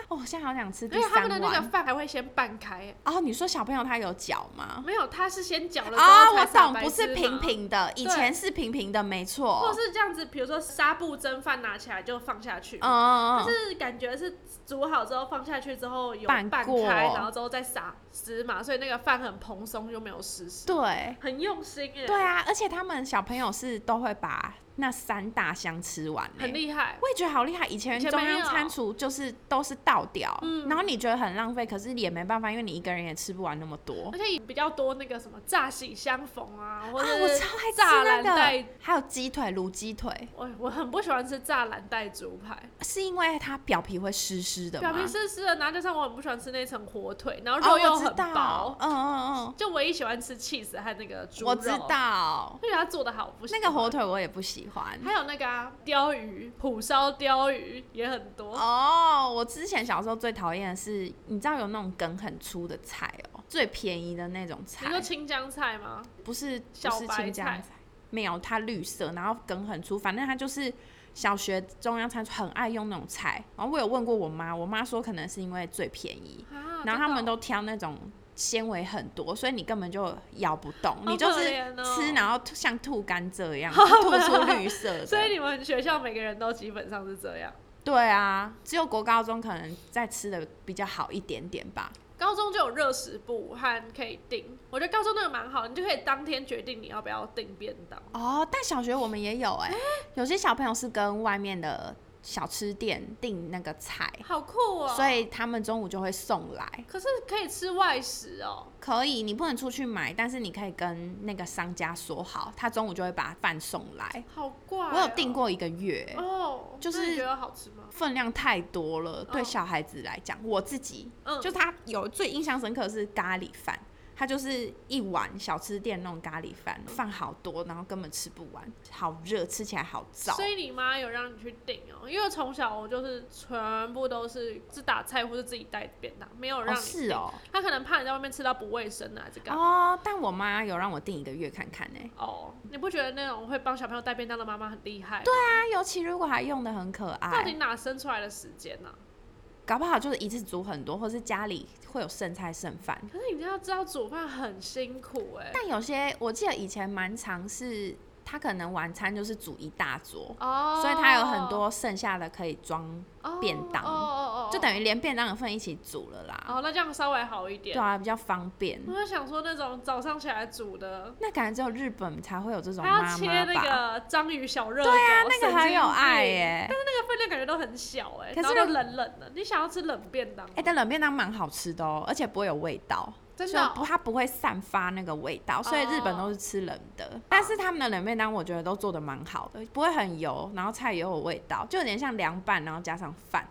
Speaker 1: 我现在好想吃第
Speaker 2: 而且他
Speaker 1: 三
Speaker 2: 们的那个
Speaker 1: 碗。
Speaker 2: 饭还会先拌开，
Speaker 1: 哦，你说小朋友他有脚吗？
Speaker 2: 没有，他是先搅了之
Speaker 1: 啊、
Speaker 2: 后
Speaker 1: 我
Speaker 2: 才撒
Speaker 1: 懂，
Speaker 2: 白
Speaker 1: 不是
Speaker 2: 芝麻
Speaker 1: 平，平的，以
Speaker 2: 对
Speaker 1: 前是平平的，没
Speaker 2: 或
Speaker 1: 错。
Speaker 2: 是这样子，比如说纱布蒸饭拿起来就放下去，
Speaker 1: 嗯嗯
Speaker 2: 但
Speaker 1: 嗯，
Speaker 2: 是感觉是煮好之后放下去之后有
Speaker 1: 拌
Speaker 2: 拌
Speaker 1: 过
Speaker 2: 开，然后之后再撒芝麻，所以那个饭很蓬松又没有湿湿，
Speaker 1: 对
Speaker 2: 很用心哎，
Speaker 1: 对，啊，而且他们小朋友是都会把那三大箱吃完、欸，
Speaker 2: 很厉害。
Speaker 1: 我也觉得好厉害，以前
Speaker 2: 以前
Speaker 1: 中
Speaker 2: 没
Speaker 1: 央
Speaker 2: 有
Speaker 1: 餐厨就是都是倒掉，
Speaker 2: 嗯
Speaker 1: 然后你觉得很浪费，可是也没办法，因为你一个人也吃不完那么多
Speaker 2: 而。且也比较多那个什么炸喜相逢啊，或
Speaker 1: 啊
Speaker 2: 者，
Speaker 1: 我
Speaker 2: 是
Speaker 1: 超爱吃
Speaker 2: 栅
Speaker 1: 那
Speaker 2: 栏带
Speaker 1: 个，还有鸡腿、卤鸡腿，
Speaker 2: 我我很不喜欢吃栅栏带猪排，
Speaker 1: 是因为它表皮会湿湿的吗？
Speaker 2: 表皮湿湿的，然后加上我很不喜欢吃那层火腿，然后
Speaker 1: 哦，
Speaker 2: 肉又
Speaker 1: 我知
Speaker 2: 很
Speaker 1: 道
Speaker 2: 薄，，
Speaker 1: 嗯嗯嗯，
Speaker 2: 就唯一喜欢吃 cheese 和那个猪肉，
Speaker 1: 我知，道
Speaker 2: 因为它做的好不喜
Speaker 1: 那
Speaker 2: 欢
Speaker 1: 个火，腿我也不喜欢。
Speaker 2: 还有那个啊鲷鱼，蒲烧鲷鱼也很多，
Speaker 1: 哦，我之前小时候最讨厌的是，你知道有那种梗很粗的菜哦，最便宜的那种
Speaker 2: 你
Speaker 1: 菜
Speaker 2: 说，青江菜吗？
Speaker 1: 不是不
Speaker 2: 小
Speaker 1: 是
Speaker 2: 白
Speaker 1: 青江
Speaker 2: 菜
Speaker 1: 菜，没有，它绿色，然后梗很粗，反正它就是小学中央餐厨很爱用那种菜。然后我有问过我妈，我妈说可能是因为最便宜，
Speaker 2: 啊，
Speaker 1: 然后他们
Speaker 2: 真的哦
Speaker 1: 都挑那种纤维很多，所以你根本就咬不动，
Speaker 2: 好
Speaker 1: 你就
Speaker 2: 可
Speaker 1: 是
Speaker 2: 怜哦
Speaker 1: 吃然后吐像吐甘蔗 一样，就吐出绿色的。
Speaker 2: 所以你们学校每个人都基本上是这样。
Speaker 1: 对啊，只有国高中可能再吃的比较好一点点吧。
Speaker 2: 高中就有热食部和可以订，我觉得高中那个蛮好，你就可以当天决定你要不要订便当。
Speaker 1: 哦，但小学我们也有 哎、有些小朋友是跟外面的小吃店订那个菜，
Speaker 2: 好酷哦！
Speaker 1: 欸所以他们中午就会送来。
Speaker 2: 可是可以吃外食哦，
Speaker 1: 可以，你不能出去买，但是你可以跟那个商家说好，他中午就会把饭送来。
Speaker 2: 好怪哦、
Speaker 1: 我有订过一个月，
Speaker 2: 哦，
Speaker 1: 就是
Speaker 2: 那你觉得好吃吗？
Speaker 1: 分量太多了，对
Speaker 2: 哦
Speaker 1: 小孩子来讲，我自己
Speaker 2: 嗯，
Speaker 1: 就他有最印象深刻的是咖喱饭，它就是一碗小吃店那种咖喱饭，饭好多，然后根本吃不完，好热，吃起来好燥
Speaker 2: 所。以你妈有让你去订哦，因为从小我就是全部都是自打菜或是自己带便当，没有
Speaker 1: 哦，
Speaker 2: 让你订。
Speaker 1: 是哦，
Speaker 2: 她可能怕你在外面吃到不卫生啊，这个。
Speaker 1: 哦，但我妈有让我订一个月看欸看呢、
Speaker 2: 哦，你不觉得那种会帮小朋友带便当的妈妈很厉害？
Speaker 1: 对，啊，尤其如果还用的很可
Speaker 2: 到底
Speaker 1: 爱，
Speaker 2: 哪生出来的时间啊呢、
Speaker 1: 搞不好就是一次煮很多，或是家里会有剩菜剩饭。
Speaker 2: 可是你要知道煮饭很辛苦哎、
Speaker 1: 但有些我记得以前蛮常是，他可能晚餐就是煮一大桌，
Speaker 2: 哦，
Speaker 1: 所以他有很多剩下的可以装便当
Speaker 2: 哦哦哦哦，
Speaker 1: 就等于连便当的份一起煮了啦。
Speaker 2: 哦，那这样稍微好一点。
Speaker 1: 对啊，比较方便。
Speaker 2: 我就想说那种早上起来煮的，
Speaker 1: 那感觉只有日本才会有这种
Speaker 2: 还要
Speaker 1: 妈
Speaker 2: 切
Speaker 1: 妈
Speaker 2: 那
Speaker 1: 吧？
Speaker 2: 个章鱼小热狗，对啊
Speaker 1: 那个很有爱耶、
Speaker 2: 那个分量感觉都很小哎、
Speaker 1: 可是
Speaker 2: 然后都冷冷的，你想要吃冷便当吗？
Speaker 1: 哎、但冷便当蛮好吃的哦，而且不会有味道，
Speaker 2: 真
Speaker 1: 就
Speaker 2: 的哦
Speaker 1: 不它不会散发那个味道，所以日本都是吃冷的。
Speaker 2: 哦
Speaker 1: 但是他们的冷便当我觉得都做的蛮好的，不会很油，然后菜也有味道，就有点像凉拌，然后加上饭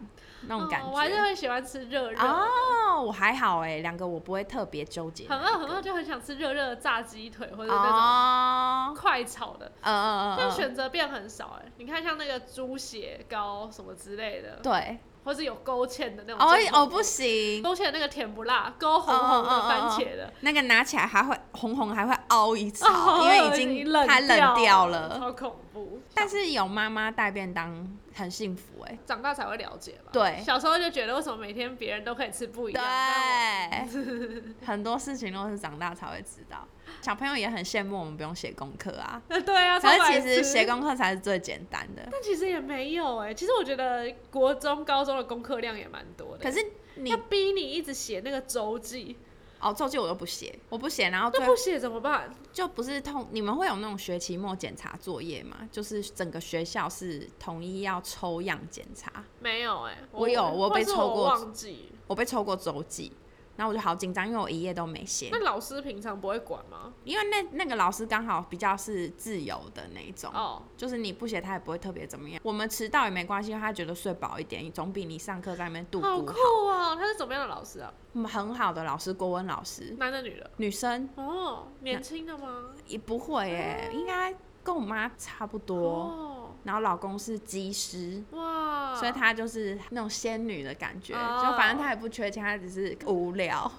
Speaker 1: 那种感
Speaker 2: 哦我还是
Speaker 1: 觉。
Speaker 2: 会喜欢吃热热的，
Speaker 1: 哦，我还好哎、两个我不会特别纠 结哪
Speaker 2: 很
Speaker 1: 一个。
Speaker 2: 饿很饿就很想吃热热的炸鸡腿或者那种
Speaker 1: 哦，
Speaker 2: 快炒的，
Speaker 1: 嗯嗯嗯
Speaker 2: 但
Speaker 1: 嗯，
Speaker 2: 选择变很少哎、你看像那个猪血糕什么之类的，
Speaker 1: 对，
Speaker 2: 或是有勾芡的那种
Speaker 1: 哦
Speaker 2: 正宗的，
Speaker 1: 哦不行，
Speaker 2: 勾芡的那个甜不辣，勾红红
Speaker 1: 哦哦哦
Speaker 2: 的
Speaker 1: 哦
Speaker 2: 番茄的，
Speaker 1: 那个拿起来还会红红，还会凹一层，
Speaker 2: 哦
Speaker 1: 因为已经
Speaker 2: 冷
Speaker 1: 它冷掉了。
Speaker 2: 超恐怖。
Speaker 1: 但是有妈妈带便当很幸福哎、
Speaker 2: 长大才会了解吧？
Speaker 1: 对
Speaker 2: 小时候就觉得为什么每天别人都可以吃不一样，但
Speaker 1: 对，很多事情都是长大才会知道。小朋友也很羡慕我们不用写功课啊，
Speaker 2: 我 对啊，
Speaker 1: 可
Speaker 2: 超
Speaker 1: 是
Speaker 2: 白
Speaker 1: 其实
Speaker 2: 痴
Speaker 1: 写，功课才是最简单的。
Speaker 2: 但其实也没有哎、其实我觉得国中、高中的功课量也蛮多的，
Speaker 1: 可是你
Speaker 2: 要逼你一直写那个周记，
Speaker 1: 哦，周记我都不写，我不写，然后
Speaker 2: 那
Speaker 1: 最
Speaker 2: 不写怎么办？
Speaker 1: 就不是通，你们会有那种学期末检查作业吗？就是整个学校是统一要抽样检查。
Speaker 2: 没有哎、
Speaker 1: 我有我被
Speaker 2: 或是
Speaker 1: 抽过
Speaker 2: 忘记。
Speaker 1: 我被抽过周记，然后我就好紧张，因为我一页都没写
Speaker 2: 那，老师平常不会管吗？
Speaker 1: 因为那那个老师刚好比较是自由的那一种。
Speaker 2: 哦，
Speaker 1: 就是你不写，他也不会特别怎么样。我们迟到也没关系，因为他觉得睡饱一点，总比你上课在那边度
Speaker 2: 好
Speaker 1: 孤
Speaker 2: 酷哦！他是怎么样的老师啊？
Speaker 1: 嗯很好的老师，国文老师，
Speaker 2: 男的女的？
Speaker 1: 女生
Speaker 2: 哦，年轻的吗？
Speaker 1: 也不会耶，应该跟我妈差不多。
Speaker 2: 哦，
Speaker 1: 然后老公是技师，
Speaker 2: 哇，啊
Speaker 1: 所以她就是那种仙女的感觉，
Speaker 2: 哦
Speaker 1: 就反正她也不缺钱，她只是无聊。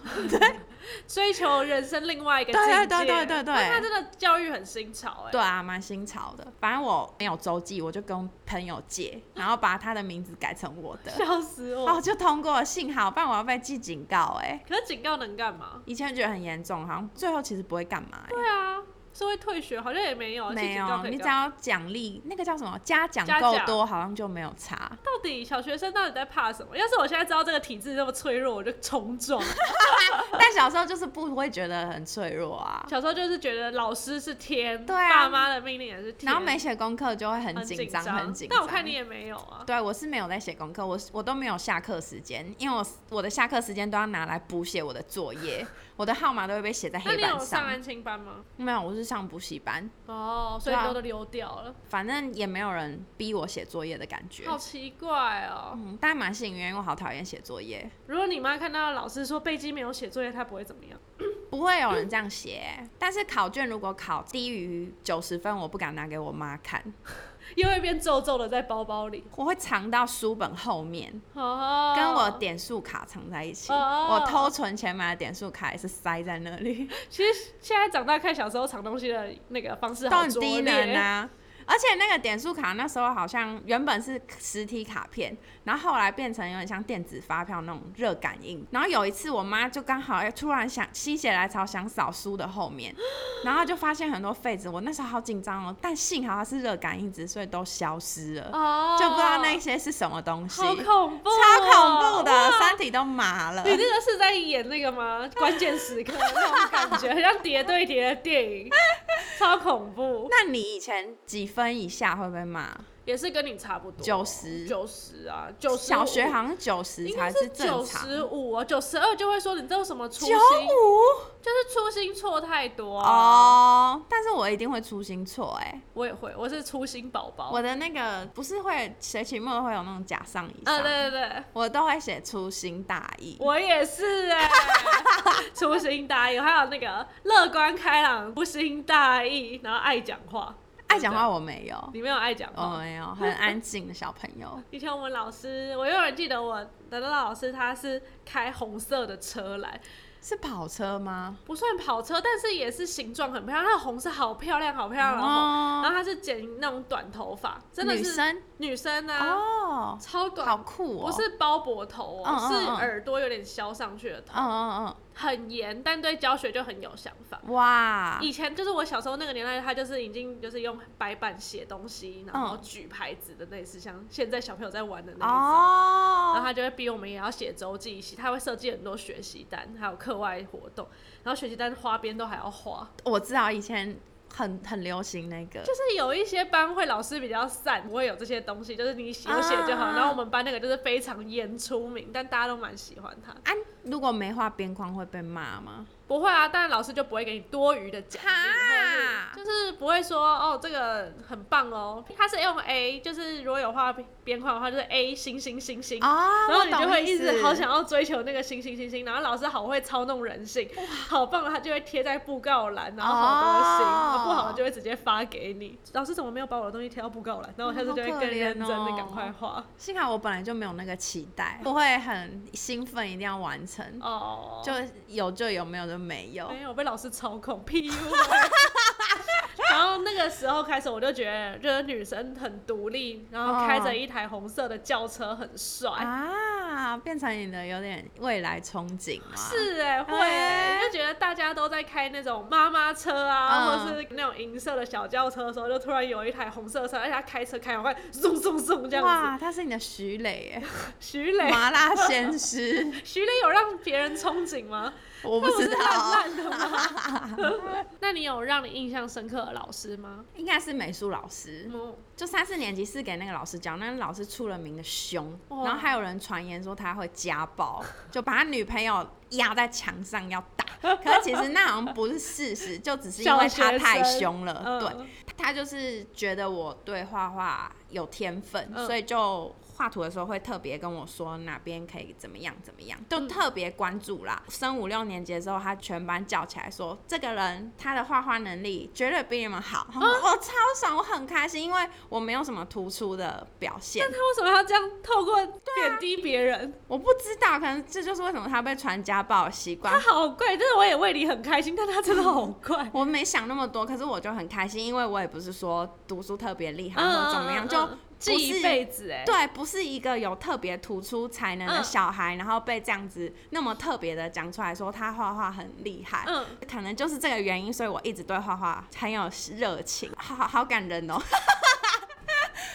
Speaker 2: 追求人生另外一个境
Speaker 1: 对啊
Speaker 2: 界。
Speaker 1: 对对对对
Speaker 2: 哇他真的教育很新潮哎、
Speaker 1: 对啊，蛮新潮的。反正我没有周记，我就跟朋友借，然后把她的名字改成我 的，
Speaker 2: 笑死我！
Speaker 1: 哦，就通过了，幸好，不然我要被记警告哎、
Speaker 2: 可是警告能干嘛？
Speaker 1: 以前觉得很严重，好像最后其实不会干嘛、欸。
Speaker 2: 对啊，是会退学，好像也没有。哦啊其实
Speaker 1: 没
Speaker 2: 警告
Speaker 1: 有，
Speaker 2: 可以
Speaker 1: 你只
Speaker 2: 干嘛
Speaker 1: 要奖励那个叫什么嘉奖
Speaker 2: 嘉
Speaker 1: 够
Speaker 2: 奖
Speaker 1: 多，好像就没有差。
Speaker 2: 到底小学生到底在怕什么？要是我现在知道这个体质这么脆弱，我就重 撞。
Speaker 1: 但小时候就是不会觉得很脆弱啊，
Speaker 2: 小时候就是觉得老师是天，
Speaker 1: 对啊
Speaker 2: 爸妈的命令也是天，
Speaker 1: 然后没写功课就会很
Speaker 2: 很
Speaker 1: 紧张，
Speaker 2: 张，
Speaker 1: 很紧张。
Speaker 2: 但我看你也没有啊。
Speaker 1: 对，我是没有在写功课，我是我都没有下课时间，因为我我的下课时间都要拿来补写我的作业，我的号码都会被写在
Speaker 2: 那
Speaker 1: 黑
Speaker 2: 你
Speaker 1: 板
Speaker 2: 有上安亲班吗？
Speaker 1: 没有，我是上补习班，
Speaker 2: 哦，所以
Speaker 1: 对啊
Speaker 2: 都都溜掉了，
Speaker 1: 反正也没有人逼我写作业的感觉。
Speaker 2: 好奇怪哦。
Speaker 1: 啊嗯，但蛮幸运，因为我好讨厌写作业，
Speaker 2: 如果你妈看到老师说贝基没有写作业，她不会怎么样。
Speaker 1: 不会有人这样写。但是考卷如果考低于九十分，我不敢拿给我妈看，
Speaker 2: 又会变皱皱的在包包里。
Speaker 1: 我会藏到书本后面，
Speaker 2: 哦，
Speaker 1: 跟我点数卡藏在一起。
Speaker 2: 哦
Speaker 1: 我偷存钱买的点数卡也是塞在那里，
Speaker 2: 其实现在长大看小时候藏东西的那个方式
Speaker 1: 都
Speaker 2: 好
Speaker 1: 很
Speaker 2: 拙
Speaker 1: 低能
Speaker 2: 劣。
Speaker 1: 啊。而且那个点数卡那时候好像原本是实体卡片，然后后来变成有点像电子发票那种热感应。然后有一次我妈就刚好哎突然想心血来潮想扫书的后面，然后就发现很多废纸，我那时候好紧张哦，但幸好它是热感应纸，所以都消失了，
Speaker 2: 哦，
Speaker 1: 就不知道那些是什么东西，
Speaker 2: 好恐怖哦、哦
Speaker 1: 超恐怖的，
Speaker 2: 哇
Speaker 1: 身体都麻了。
Speaker 2: 你那个是在演那个吗？关键时刻那种感 觉，很像叠对叠的电影，超恐怖。
Speaker 1: 那你以前几分以下会被骂？
Speaker 2: 也是跟你差不多，
Speaker 1: 90
Speaker 2: 九十啊，九十。
Speaker 1: 小学好像九十
Speaker 2: 应
Speaker 1: 才
Speaker 2: 该是
Speaker 1: 正
Speaker 2: 九
Speaker 1: 常，
Speaker 2: 十五啊，九十二就会说你这有什么粗心，
Speaker 1: 五
Speaker 2: 就是粗心错太多啊。
Speaker 1: 哦，但是我一定会粗心错哎、
Speaker 2: 我也会，我是粗心宝宝。
Speaker 1: 我的那个不是会学期末会有那种假上以上，
Speaker 2: 啊，对对对，
Speaker 1: 我都会写粗心大意。
Speaker 2: 我也是 哎、粗心大意，还有那个乐观开朗、粗心大意，然后爱讲话。
Speaker 1: 爱讲话我没有，
Speaker 2: 你没有爱讲话。
Speaker 1: 我没有，很安静的小朋 友。
Speaker 2: 以前我们老师，我永远记得我的老师，他是开红色的车来，
Speaker 1: 是跑车吗？
Speaker 2: 不算跑车，但是也是形状很漂亮，它的红色好漂亮，好漂亮。然后，然后
Speaker 1: 哦，
Speaker 2: 他是剪那种短头发，真的
Speaker 1: 女
Speaker 2: 是
Speaker 1: 生
Speaker 2: 女生啊，
Speaker 1: 哦，
Speaker 2: 超短，
Speaker 1: 好酷哦。
Speaker 2: 不，是包脖头哦，
Speaker 1: 嗯嗯
Speaker 2: 是
Speaker 1: 嗯
Speaker 2: 耳朵有点削上去的头，
Speaker 1: 嗯嗯
Speaker 2: 很严，但对教学就很有想法。
Speaker 1: 嗯，哇，
Speaker 2: 以前就是我小时候那个年代，他就是已经就是用白板写东西，然后
Speaker 1: 嗯
Speaker 2: 举牌子的类似，像现在小朋友在玩的那一种。然后
Speaker 1: 哦，
Speaker 2: 他就会逼我们也要写周记，他会设计很多学习单，还有课外活动，然后学习单花边都还要画，
Speaker 1: 我知道以前很很流行那个，
Speaker 2: 就是有一些班会老师比较散，不会有这些东西，就是你写有写就好。
Speaker 1: 啊
Speaker 2: 然后我们班那个就是非常严出名，但大家都蛮喜欢他。
Speaker 1: 啊，如果没画边框会被骂吗？
Speaker 2: 不会啊，但老师就不会给你多余的奖
Speaker 1: 哈
Speaker 2: 励，或者是就是不会说哦这个很棒哦，他是用 A，就是如果有画边框的话，就是 A 星星星星。
Speaker 1: 哦，
Speaker 2: 然后你就会一
Speaker 1: 我懂
Speaker 2: 直
Speaker 1: 意思
Speaker 2: 好想要追求那个星星星星，然后老师好会操弄人性，好棒，啊他就会贴在布告栏，然后好多星，
Speaker 1: 哦
Speaker 2: 然后不好的就会直接发给你。老师怎么没有把我的东西贴到布告栏？然后我下次就会
Speaker 1: 好可
Speaker 2: 更认真
Speaker 1: 怜
Speaker 2: 的
Speaker 1: 哦
Speaker 2: 赶快画。
Speaker 1: 幸好我本来就没有那个期待，不会很兴奋，一定要完成。
Speaker 2: 哦，
Speaker 1: 就有就有，没有就没有。
Speaker 2: 没有被老师操控 PU。然后那个时候开始，我就觉得就是女生很独立，然后
Speaker 1: 哦
Speaker 2: 开着一台红色的轿车很帅。
Speaker 1: 啊，变成你的有点未来憧憬嘛？，
Speaker 2: 是哎、会、欸，
Speaker 1: 哎
Speaker 2: 就觉得大家都在开那种妈妈车啊，
Speaker 1: 嗯
Speaker 2: 或是那种银色的小轿车的时候，就突然有一台红色的车，而且他开车开很快，送送送这样
Speaker 1: 哇，他是你的徐磊
Speaker 2: 子。徐磊
Speaker 1: 哎，，麻辣鲜 师，
Speaker 2: 徐磊有让别人憧憬吗？
Speaker 1: 我不
Speaker 2: 那不
Speaker 1: 知
Speaker 2: 是
Speaker 1: 道，
Speaker 2: 烂烂的吗？那你有让你印象深刻的老师吗？
Speaker 1: 应该是美术老师，
Speaker 2: 嗯，
Speaker 1: 就三四年级是给那个老师教，那个老师出了名的凶，
Speaker 2: 哇
Speaker 1: 然后还有人传言说他会家暴， 就把他女朋友压在墙上要打，可是其实那好像不是事实，就只是因为
Speaker 2: 小
Speaker 1: 他
Speaker 2: 学生
Speaker 1: 太凶了，
Speaker 2: 嗯
Speaker 1: 对。他就是觉得我对画画有天分，
Speaker 2: 嗯
Speaker 1: 所以就画图的时候会特别跟我说哪边可以怎么样怎么样，
Speaker 2: 嗯
Speaker 1: 就特别关注啦。升五六年级的时候，他全班叫起来说，这个人他的画画能力绝对比你们
Speaker 2: 啊
Speaker 1: 好，我、哦、超爽，我很开心，因为我没有什么突出的表现
Speaker 2: 那。他为什么要这样透过贬低别人？
Speaker 1: 我不知道，可能这就是为什么他被传家暴的习惯
Speaker 2: 他。好怪，但是我也为你很开心，但他真的好 怪。
Speaker 1: 我没想那么多，可是我就很开心，因为我也不是说读书特别厉害
Speaker 2: 嗯
Speaker 1: 或者怎么样，
Speaker 2: 嗯嗯
Speaker 1: 就
Speaker 2: 嗯
Speaker 1: 不
Speaker 2: 记
Speaker 1: 是
Speaker 2: 一辈子哎、
Speaker 1: 对，不是一个有特别突出才能的
Speaker 2: 嗯
Speaker 1: 小孩，然后被这样子那么特别的讲出来说他画画很厉害，
Speaker 2: 嗯，
Speaker 1: 可能就是这个原因，所以我一直对画画很有热情，好好好感人哦。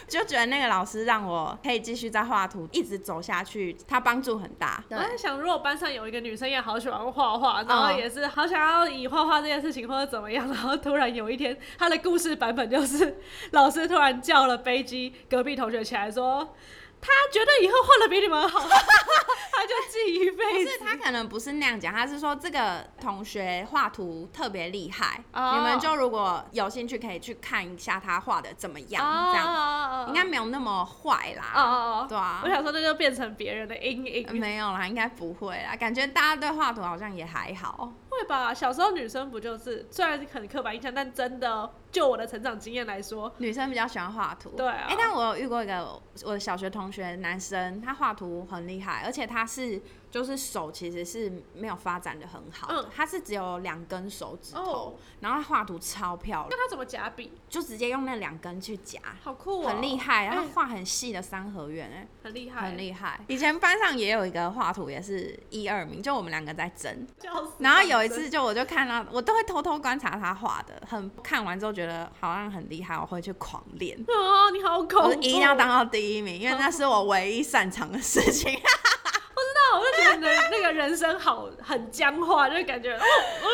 Speaker 1: 就觉得那个老师让我可以继续在画图，一直走下去，他帮助很大。
Speaker 2: 我在想，如果班上有一个女生也好喜欢画画，然后也
Speaker 1: 哦
Speaker 2: 是好想要以画画这件事情或者怎么样，然后突然有一天，她的故事版本就是老师突然叫了飞机隔壁同学起来说，她觉得以后画的比你们 好，她就记一
Speaker 1: 不
Speaker 2: 辈
Speaker 1: 是
Speaker 2: 子。
Speaker 1: 他可能不是那样讲，他是说这个同学画图特别厉害
Speaker 2: 哦
Speaker 1: 你们就如果有兴趣可以去看一下他画的怎么样，这样
Speaker 2: 哦
Speaker 1: 应该没有那么坏啦。
Speaker 2: 哦哦哦，
Speaker 1: 对啊呃
Speaker 2: 我，想说那就变成别人的阴影，
Speaker 1: 没有啦，应该不会啦。感觉大家对画图好像也还好。
Speaker 2: 会吧？小时候女生不就是虽然很刻板印象，但真的哦就我的成长经验来说，
Speaker 1: 女生比较喜欢画图，
Speaker 2: 对啊
Speaker 1: 哎、但我有遇过一个我的小学同学，男生，他画图很厉害，而且他是就是手其实是没有发展的很好的，
Speaker 2: 嗯
Speaker 1: 他是只有两根手指头，
Speaker 2: 哦
Speaker 1: 然后他画图超漂
Speaker 2: 那
Speaker 1: 亮，
Speaker 2: 她怎么夹笔？
Speaker 1: 就直接用那两根去夹，
Speaker 2: 好酷哦，
Speaker 1: 很厉害，然后
Speaker 2: 哎
Speaker 1: 画很细的三合院、哎、
Speaker 2: 很厉害，
Speaker 1: 很厉害。以前班上也有一个画图也是一二名，就我们两个在争，
Speaker 2: 笑死
Speaker 1: 然后有一次，就我就看到，我都会偷偷观察他画的，很看完之后觉得好像很厉害，我会去狂练，
Speaker 2: 啊，你好 恐
Speaker 1: 我
Speaker 2: 怖！
Speaker 1: 一定要当到第一名，因为那是我唯一擅长的 事情。
Speaker 2: 那我就觉得你的那个人生好很僵化，就感觉，哦哦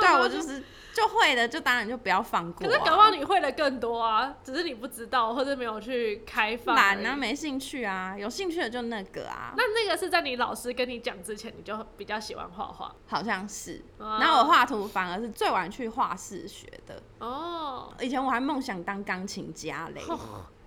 Speaker 1: 对，啊我就是就会的，就当然就不要放过、啊
Speaker 2: 可是搞不好你会的更多啊，只是你不知道或者没有去开放。
Speaker 1: 懒啊，。没兴趣啊，有兴趣的就那个啊，
Speaker 2: 那那个是在你老师跟你讲之前，你就比较喜欢画画
Speaker 1: 好像是。
Speaker 2: 哦
Speaker 1: 然后我画图反而是最晚去画室学的，
Speaker 2: 哦。
Speaker 1: 以前我还梦想当钢琴家嘞。
Speaker 2: 哦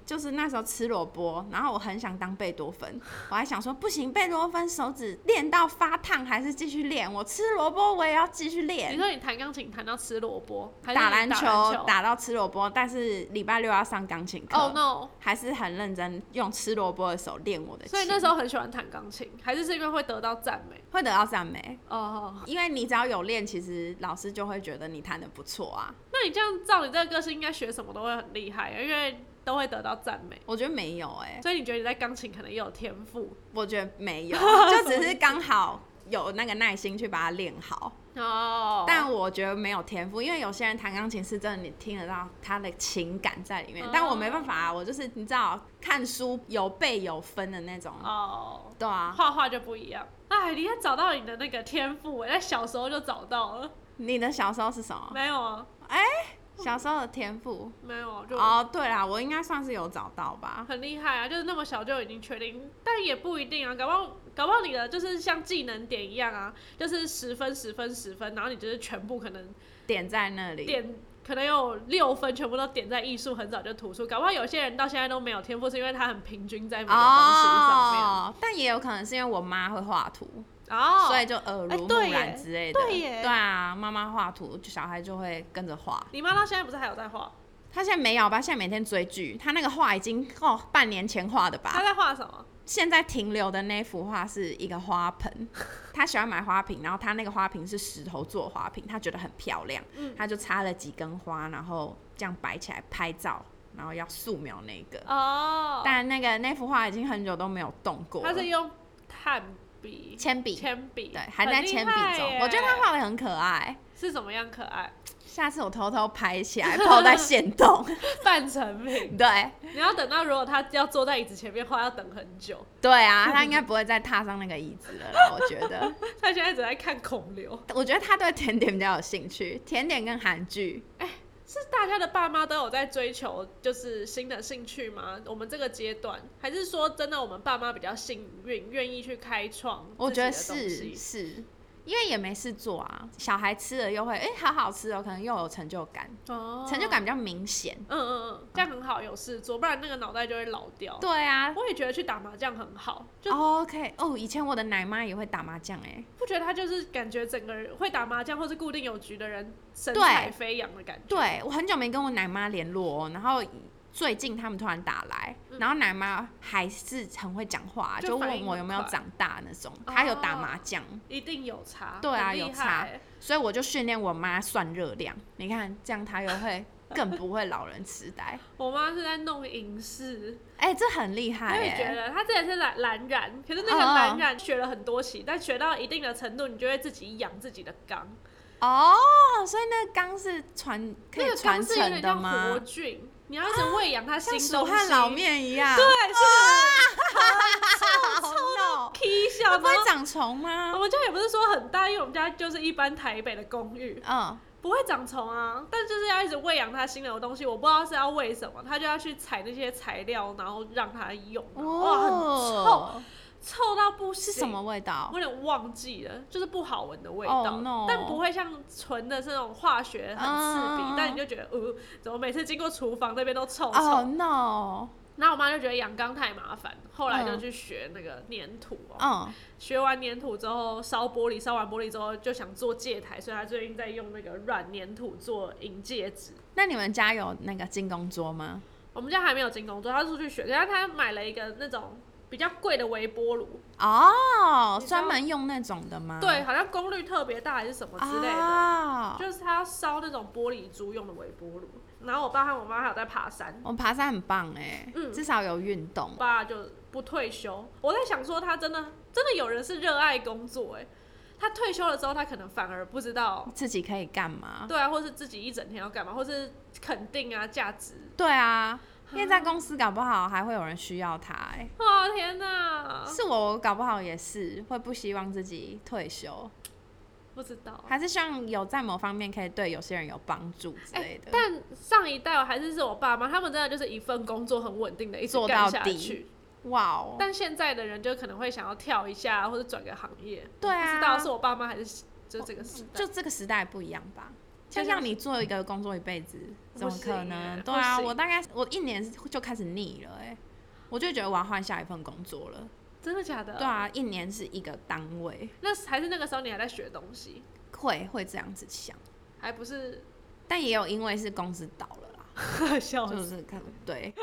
Speaker 1: 就是那时候吃萝卜，然后我很想当贝多芬，我还想说不行，贝多芬手指练到发烫，还是继续练。我吃萝卜我也要继续
Speaker 2: 你
Speaker 1: 练。
Speaker 2: 说你弹钢琴弹到吃萝卜，还是
Speaker 1: 打
Speaker 2: 你
Speaker 1: 篮球
Speaker 2: 球
Speaker 1: 打到吃萝卜，但是礼拜六要上钢琴课。
Speaker 2: ？Oh no！
Speaker 1: 还是很认真用吃萝卜的手练我的琴。
Speaker 2: 所以那时候很喜欢弹钢琴，还是是因为会得到赞美
Speaker 1: 会得到赞美，
Speaker 2: 哦。
Speaker 1: 因为你只要有练，其实老师就会觉得你弹的不错啊。
Speaker 2: 那你这样照你这个个性，应该学什么都会很厉害，因为都会得到赞美。
Speaker 1: 我觉得没有哎、
Speaker 2: 所以你觉得你在钢琴可能也有天赋
Speaker 1: 我觉得没 有，就只是刚好有那个耐心去把它练好。
Speaker 2: 哦
Speaker 1: 但我觉得没有天赋，因为有些人弹钢琴是真的，你听得到他的情感在里面。
Speaker 2: 哦
Speaker 1: 但我没办法、啊，我就是你知道，看书有背有分的那种。
Speaker 2: 哦，
Speaker 1: 对啊，
Speaker 2: 画画就不一样。哎，你也找到你的那个天赋，哎我在小时候就找到了。
Speaker 1: 你的小时候是什么？
Speaker 2: 没有啊，
Speaker 1: 小时候的天赋？
Speaker 2: 没有啊，就
Speaker 1: 哦，对啦，我应该算是有找到吧。
Speaker 2: 很厉害啊，就是那么小就已经确定，但也不一定啊，搞不好。搞不好你的就是像技能点一样啊，就是十分、十分、十分，然后你就是全部可能
Speaker 1: 点在那里。
Speaker 2: 点，可能有六分全部都点在艺术，很早就突出。搞不好有些人到现在都没有天赋，是因为他很平均在每个东西上面。
Speaker 1: 哦，但也有可能是因为我妈会画图，
Speaker 2: 哦，
Speaker 1: 所以就耳
Speaker 2: 哎
Speaker 1: 濡目
Speaker 2: 对耶
Speaker 1: 染之类的。
Speaker 2: 对耶
Speaker 1: 啊，妈妈画图，小孩就会跟着画。
Speaker 2: 你妈到现在不是还有在画？
Speaker 1: 她现在没有吧？现在每天追剧，她那个画已经哦半年前画的吧
Speaker 2: 她。在画什么？
Speaker 1: 现在停留的那幅画是一个花盆， 他喜欢买花瓶，然后他那个花瓶是石头做花瓶，他觉得很漂亮，他就插了几根花，然后这样摆起来拍照，然后要素描那个。
Speaker 2: 哦，
Speaker 1: 但那个那幅画已经很久都没有动过
Speaker 2: 她
Speaker 1: 了，
Speaker 2: 是用炭笔、
Speaker 1: 铅笔，
Speaker 2: 铅笔，
Speaker 1: 对，还在铅笔
Speaker 2: 很厉害
Speaker 1: 中。
Speaker 2: 耶
Speaker 1: 我觉得他画的很可爱，
Speaker 2: 是怎么样可爱？
Speaker 1: 下次我偷偷拍起来，抛在线 洞。
Speaker 2: 半成品。
Speaker 1: 对
Speaker 2: 你要等到如果她要坐在椅子前面画，要等很久。
Speaker 1: 对啊，他应该不会再踏上那个椅子了啦，我觉得。
Speaker 2: 她现在只在看孔刘，
Speaker 1: 我觉得他对甜点比较有兴趣，甜点跟韩剧。
Speaker 2: 是大家的爸妈都有在追求就是新的兴趣吗？我们这个阶段，还是说真的我们爸妈比较幸运，愿意去开创？
Speaker 1: 我觉得是。是，因为也没事做啊，小孩吃了又会哎、好好吃哦，可能又有成就感，
Speaker 2: 哦
Speaker 1: 成就感比较明显。
Speaker 2: 嗯嗯嗯，这样很好，有事做，不然那个脑袋就会老掉。
Speaker 1: 对啊
Speaker 2: 我也觉得去打麻将很好，哦就
Speaker 1: ，OK，哦，以前我的奶妈也会打麻将哎、
Speaker 2: 不觉得他就是感觉整个人会打麻将或是固定有局的人神采
Speaker 1: 对
Speaker 2: 飞扬的感觉。
Speaker 1: 对我很久没跟我奶妈联络、哦，然后最近他们突然打来，然后奶妈还是很会讲话，
Speaker 2: 嗯
Speaker 1: 啊
Speaker 2: 就
Speaker 1: 就
Speaker 2: 反
Speaker 1: 问
Speaker 2: 应
Speaker 1: 我
Speaker 2: 很
Speaker 1: 有没有
Speaker 2: 快
Speaker 1: 长大那种。她有打
Speaker 2: 哦
Speaker 1: 麻将，
Speaker 2: 一定有差，
Speaker 1: 对啊
Speaker 2: 很厉
Speaker 1: 有差
Speaker 2: 害
Speaker 1: 所以我就训练我妈算热量。你看，这样她又会更不会老人痴呆。
Speaker 2: 我妈是在弄影视，
Speaker 1: 哎、这很厉
Speaker 2: 我
Speaker 1: 害
Speaker 2: 也
Speaker 1: 哎、
Speaker 2: 觉得她之前是蓝蓝染，可是那个
Speaker 1: 哦
Speaker 2: 蓝染学了很多期，但学到一定的程度，你就会自己养自己的缸。
Speaker 1: 哦，所以那个缸是传可
Speaker 2: 那
Speaker 1: 以
Speaker 2: 个缸
Speaker 1: 传
Speaker 2: 是有点
Speaker 1: 承的
Speaker 2: 像
Speaker 1: 吗
Speaker 2: 活？菌，你要一直喂养它新
Speaker 1: 像
Speaker 2: 东
Speaker 1: 蜀
Speaker 2: 西。
Speaker 1: 汉老面一样，
Speaker 2: 对，是
Speaker 1: 好臭，
Speaker 2: 踢笑
Speaker 1: 它不
Speaker 2: 吗
Speaker 1: 会？长虫吗
Speaker 2: 我？们家也不是说很大，因为我们家就是一般台北的公寓，
Speaker 1: 嗯，
Speaker 2: 不会长虫啊，但就是要一直喂养它新的东西。我不知道是要喂什么，它就要去采那些材料，然后让它用。哇，
Speaker 1: 哦，
Speaker 2: 很臭，臭到不行。
Speaker 1: 是什？么味道
Speaker 2: 我？有点忘记了，就是不好闻的味道
Speaker 1: Oh no
Speaker 2: 但不会像纯的这种化学很刺鼻
Speaker 1: 嗯
Speaker 2: 但你就觉得，呃，怎么每次经过厨房那边都臭臭
Speaker 1: 哦、no，
Speaker 2: 然后我妈就觉得养缸太麻烦，后来就
Speaker 1: 嗯
Speaker 2: 去学那个粘土哦、
Speaker 1: 嗯，
Speaker 2: 学完粘土之后烧玻璃，烧完玻璃之后就想做戒台，所以她最近在用那个软粘土做银戒指。
Speaker 1: 那你们家有那个进攻桌吗？
Speaker 2: 我们家还没有进工作，她出去学，但她买了一个那种比较贵的微波炉，
Speaker 1: 哦、
Speaker 2: 你知道
Speaker 1: 专门用那种的吗？
Speaker 2: 对，好像功率特别大还是什么之类的。
Speaker 1: 啊，
Speaker 2: 就是他要烧那种玻璃珠用的微波炉。然后我爸和我妈还有在爬山，
Speaker 1: 我爬山很棒哎、
Speaker 2: 嗯
Speaker 1: 至少有运动
Speaker 2: 我。爸就不退休。我在想说，他真的真的有人是热爱工作哎、他退休了之后，他可能反而不知道，
Speaker 1: 自己可以干嘛？
Speaker 2: 对啊，或是自己一整天要干嘛，或是肯定啊价值。
Speaker 1: 对啊，因为在公司搞不好还会有人需要他、欸。
Speaker 2: 哇哦天哪，
Speaker 1: 是我，我搞不好也是会不希望自己退休，
Speaker 2: 不知道。
Speaker 1: 还是希望有在某方面可以对有些人有帮助之类的。
Speaker 2: 但上一代还是是我爸妈，他们真的就是一份工作很稳定的，一直
Speaker 1: 做
Speaker 2: 干
Speaker 1: 到
Speaker 2: 下
Speaker 1: 底
Speaker 2: 去。
Speaker 1: 哇哦，
Speaker 2: 但现在的人就可能会想要跳一下，或者转个行业。
Speaker 1: 对啊哦
Speaker 2: 不知道是我爸妈还是就这个时代。
Speaker 1: 就这个时代不一样吧？
Speaker 2: 就
Speaker 1: 就
Speaker 2: 像
Speaker 1: 像你做一个工作一辈子，怎么可
Speaker 2: 不行
Speaker 1: 能？
Speaker 2: 欸
Speaker 1: 对啊，
Speaker 2: 不行
Speaker 1: 我大概我一年就开始腻了、欸，我就觉得我要换下一份工作了。
Speaker 2: 真的假的？
Speaker 1: 对，啊，一年是一个单位，
Speaker 2: 那还是那个时候你还在学东西，
Speaker 1: 会会这样子想，
Speaker 2: 还不 是
Speaker 1: 但也有因为是公司倒了啦，
Speaker 2: 笑
Speaker 1: 就
Speaker 2: 死。
Speaker 1: 是可能对，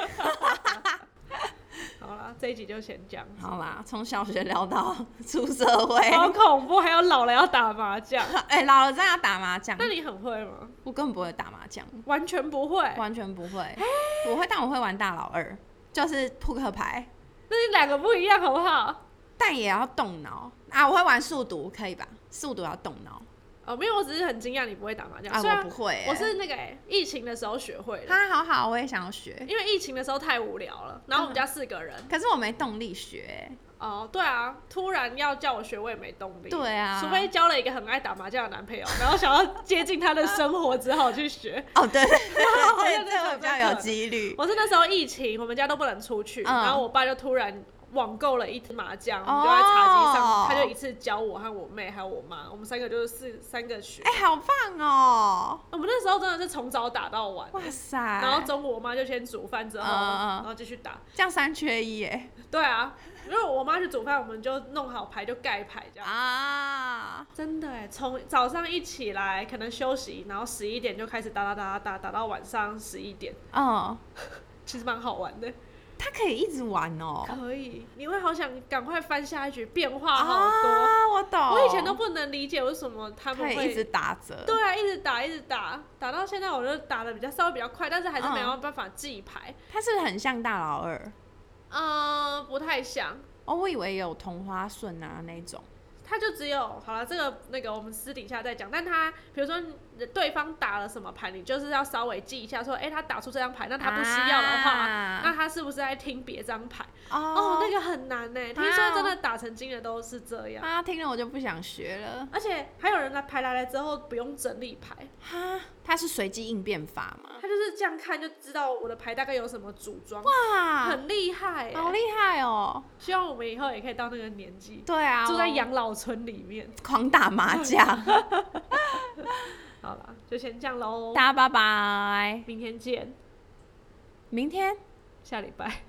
Speaker 2: 好啦，这一集就先讲。
Speaker 1: 好啦，从小学聊到出社会，
Speaker 2: 好恐怖，还有老了要打麻将，
Speaker 1: 哎、老了真的要打麻将
Speaker 2: 那，你很会吗？
Speaker 1: 我根本不会打麻将，
Speaker 2: 完全不会，
Speaker 1: 完全不会。我会，但我会玩大老二，就是扑克牌，
Speaker 2: 那你两个不一样好不好？
Speaker 1: 但也要动脑啊。我会玩数独，可以吧？数独要动脑
Speaker 2: 哦，没有，我只是很惊讶你不会打麻将。
Speaker 1: 啊，
Speaker 2: 虽
Speaker 1: 我
Speaker 2: 然
Speaker 1: 不会、欸。
Speaker 2: 我是那个、欸、疫情的时候学会的，
Speaker 1: 他好好，我也想要学，
Speaker 2: 因为疫情的时候太无聊了。然后我们家四个人，
Speaker 1: 可是我没动力学、欸。
Speaker 2: 哦，对啊，突然要叫我学，我也没动力。
Speaker 1: 对啊
Speaker 2: 除非交了一个很爱打麻将的男朋友，然后想要接近他的生活，只好去学。
Speaker 1: 哦， 对，对对
Speaker 2: 好像
Speaker 1: 对
Speaker 2: 是
Speaker 1: 这个
Speaker 2: 有
Speaker 1: 比
Speaker 2: 这
Speaker 1: 较
Speaker 2: 个
Speaker 1: 有几率。
Speaker 2: 我是那时候疫情，我们家都不能出去，
Speaker 1: 嗯
Speaker 2: 然后我爸就突然网购了一支麻将，我们
Speaker 1: 哦
Speaker 2: 就在茶几上，他就一次教我和我妹还有我妈，我们三个就是四三个学。
Speaker 1: 哎、好棒哦！
Speaker 2: 我们那时候真的是从早打到晚。
Speaker 1: 哇塞，
Speaker 2: 然后中午我妈就先煮饭，之后、
Speaker 1: 嗯嗯嗯
Speaker 2: 然后继续打。
Speaker 1: 这样三缺一哎
Speaker 2: 对啊，因为我妈去煮饭，我们就弄好牌就盖牌这样。
Speaker 1: 啊！
Speaker 2: 真的哎，从早上一起来，可能休息，然后十一点就开始打打打打打打到晚上十一点，
Speaker 1: 嗯，
Speaker 2: 其实蛮好玩的。
Speaker 1: 他可以一直玩哦。
Speaker 2: 可以，你会好想赶快翻下一局，变化好多。
Speaker 1: 啊，我懂。
Speaker 2: 我以前都不能理解为什么他们
Speaker 1: 可以
Speaker 2: 会
Speaker 1: 一直打折。
Speaker 2: 对啊，一直打一直打，打到现在我就打的比较稍微比较快，但是还是没
Speaker 1: 嗯
Speaker 2: 有办法记牌。
Speaker 1: 它是不是很像大老二？
Speaker 2: 嗯、不太像。
Speaker 1: 哦，我以为有同花顺啊那种。
Speaker 2: 他就只有好了，这个那个我们私底下再讲。但他比如说对方打了什么牌，你就是要稍微记一下，说，哎、他打出这张牌，那他不需要的话，
Speaker 1: 啊
Speaker 2: 那他是不是在听别张牌？
Speaker 1: 哦
Speaker 2: 哦，那个很难呢、听起说真的，打成精的都是这样。
Speaker 1: 啊，听了我就不想学了。
Speaker 2: 而且还有人来排来了之后不用整理牌，
Speaker 1: 哈，它是随机应变法吗？
Speaker 2: 他就是这样看就知道我的牌大概有什么组装，
Speaker 1: 哇，
Speaker 2: 很厉害、
Speaker 1: 啊好
Speaker 2: 欸。
Speaker 1: 厉害哦！
Speaker 2: 希望我们以后也可以到那个年纪，
Speaker 1: 对啊，
Speaker 2: 住在
Speaker 1: 我
Speaker 2: 养老村里面。
Speaker 1: 狂打麻 将。
Speaker 2: 好啦，就先这样喽，
Speaker 1: 大家拜拜，
Speaker 2: 明天见，
Speaker 1: 明天。
Speaker 2: 下礼拜。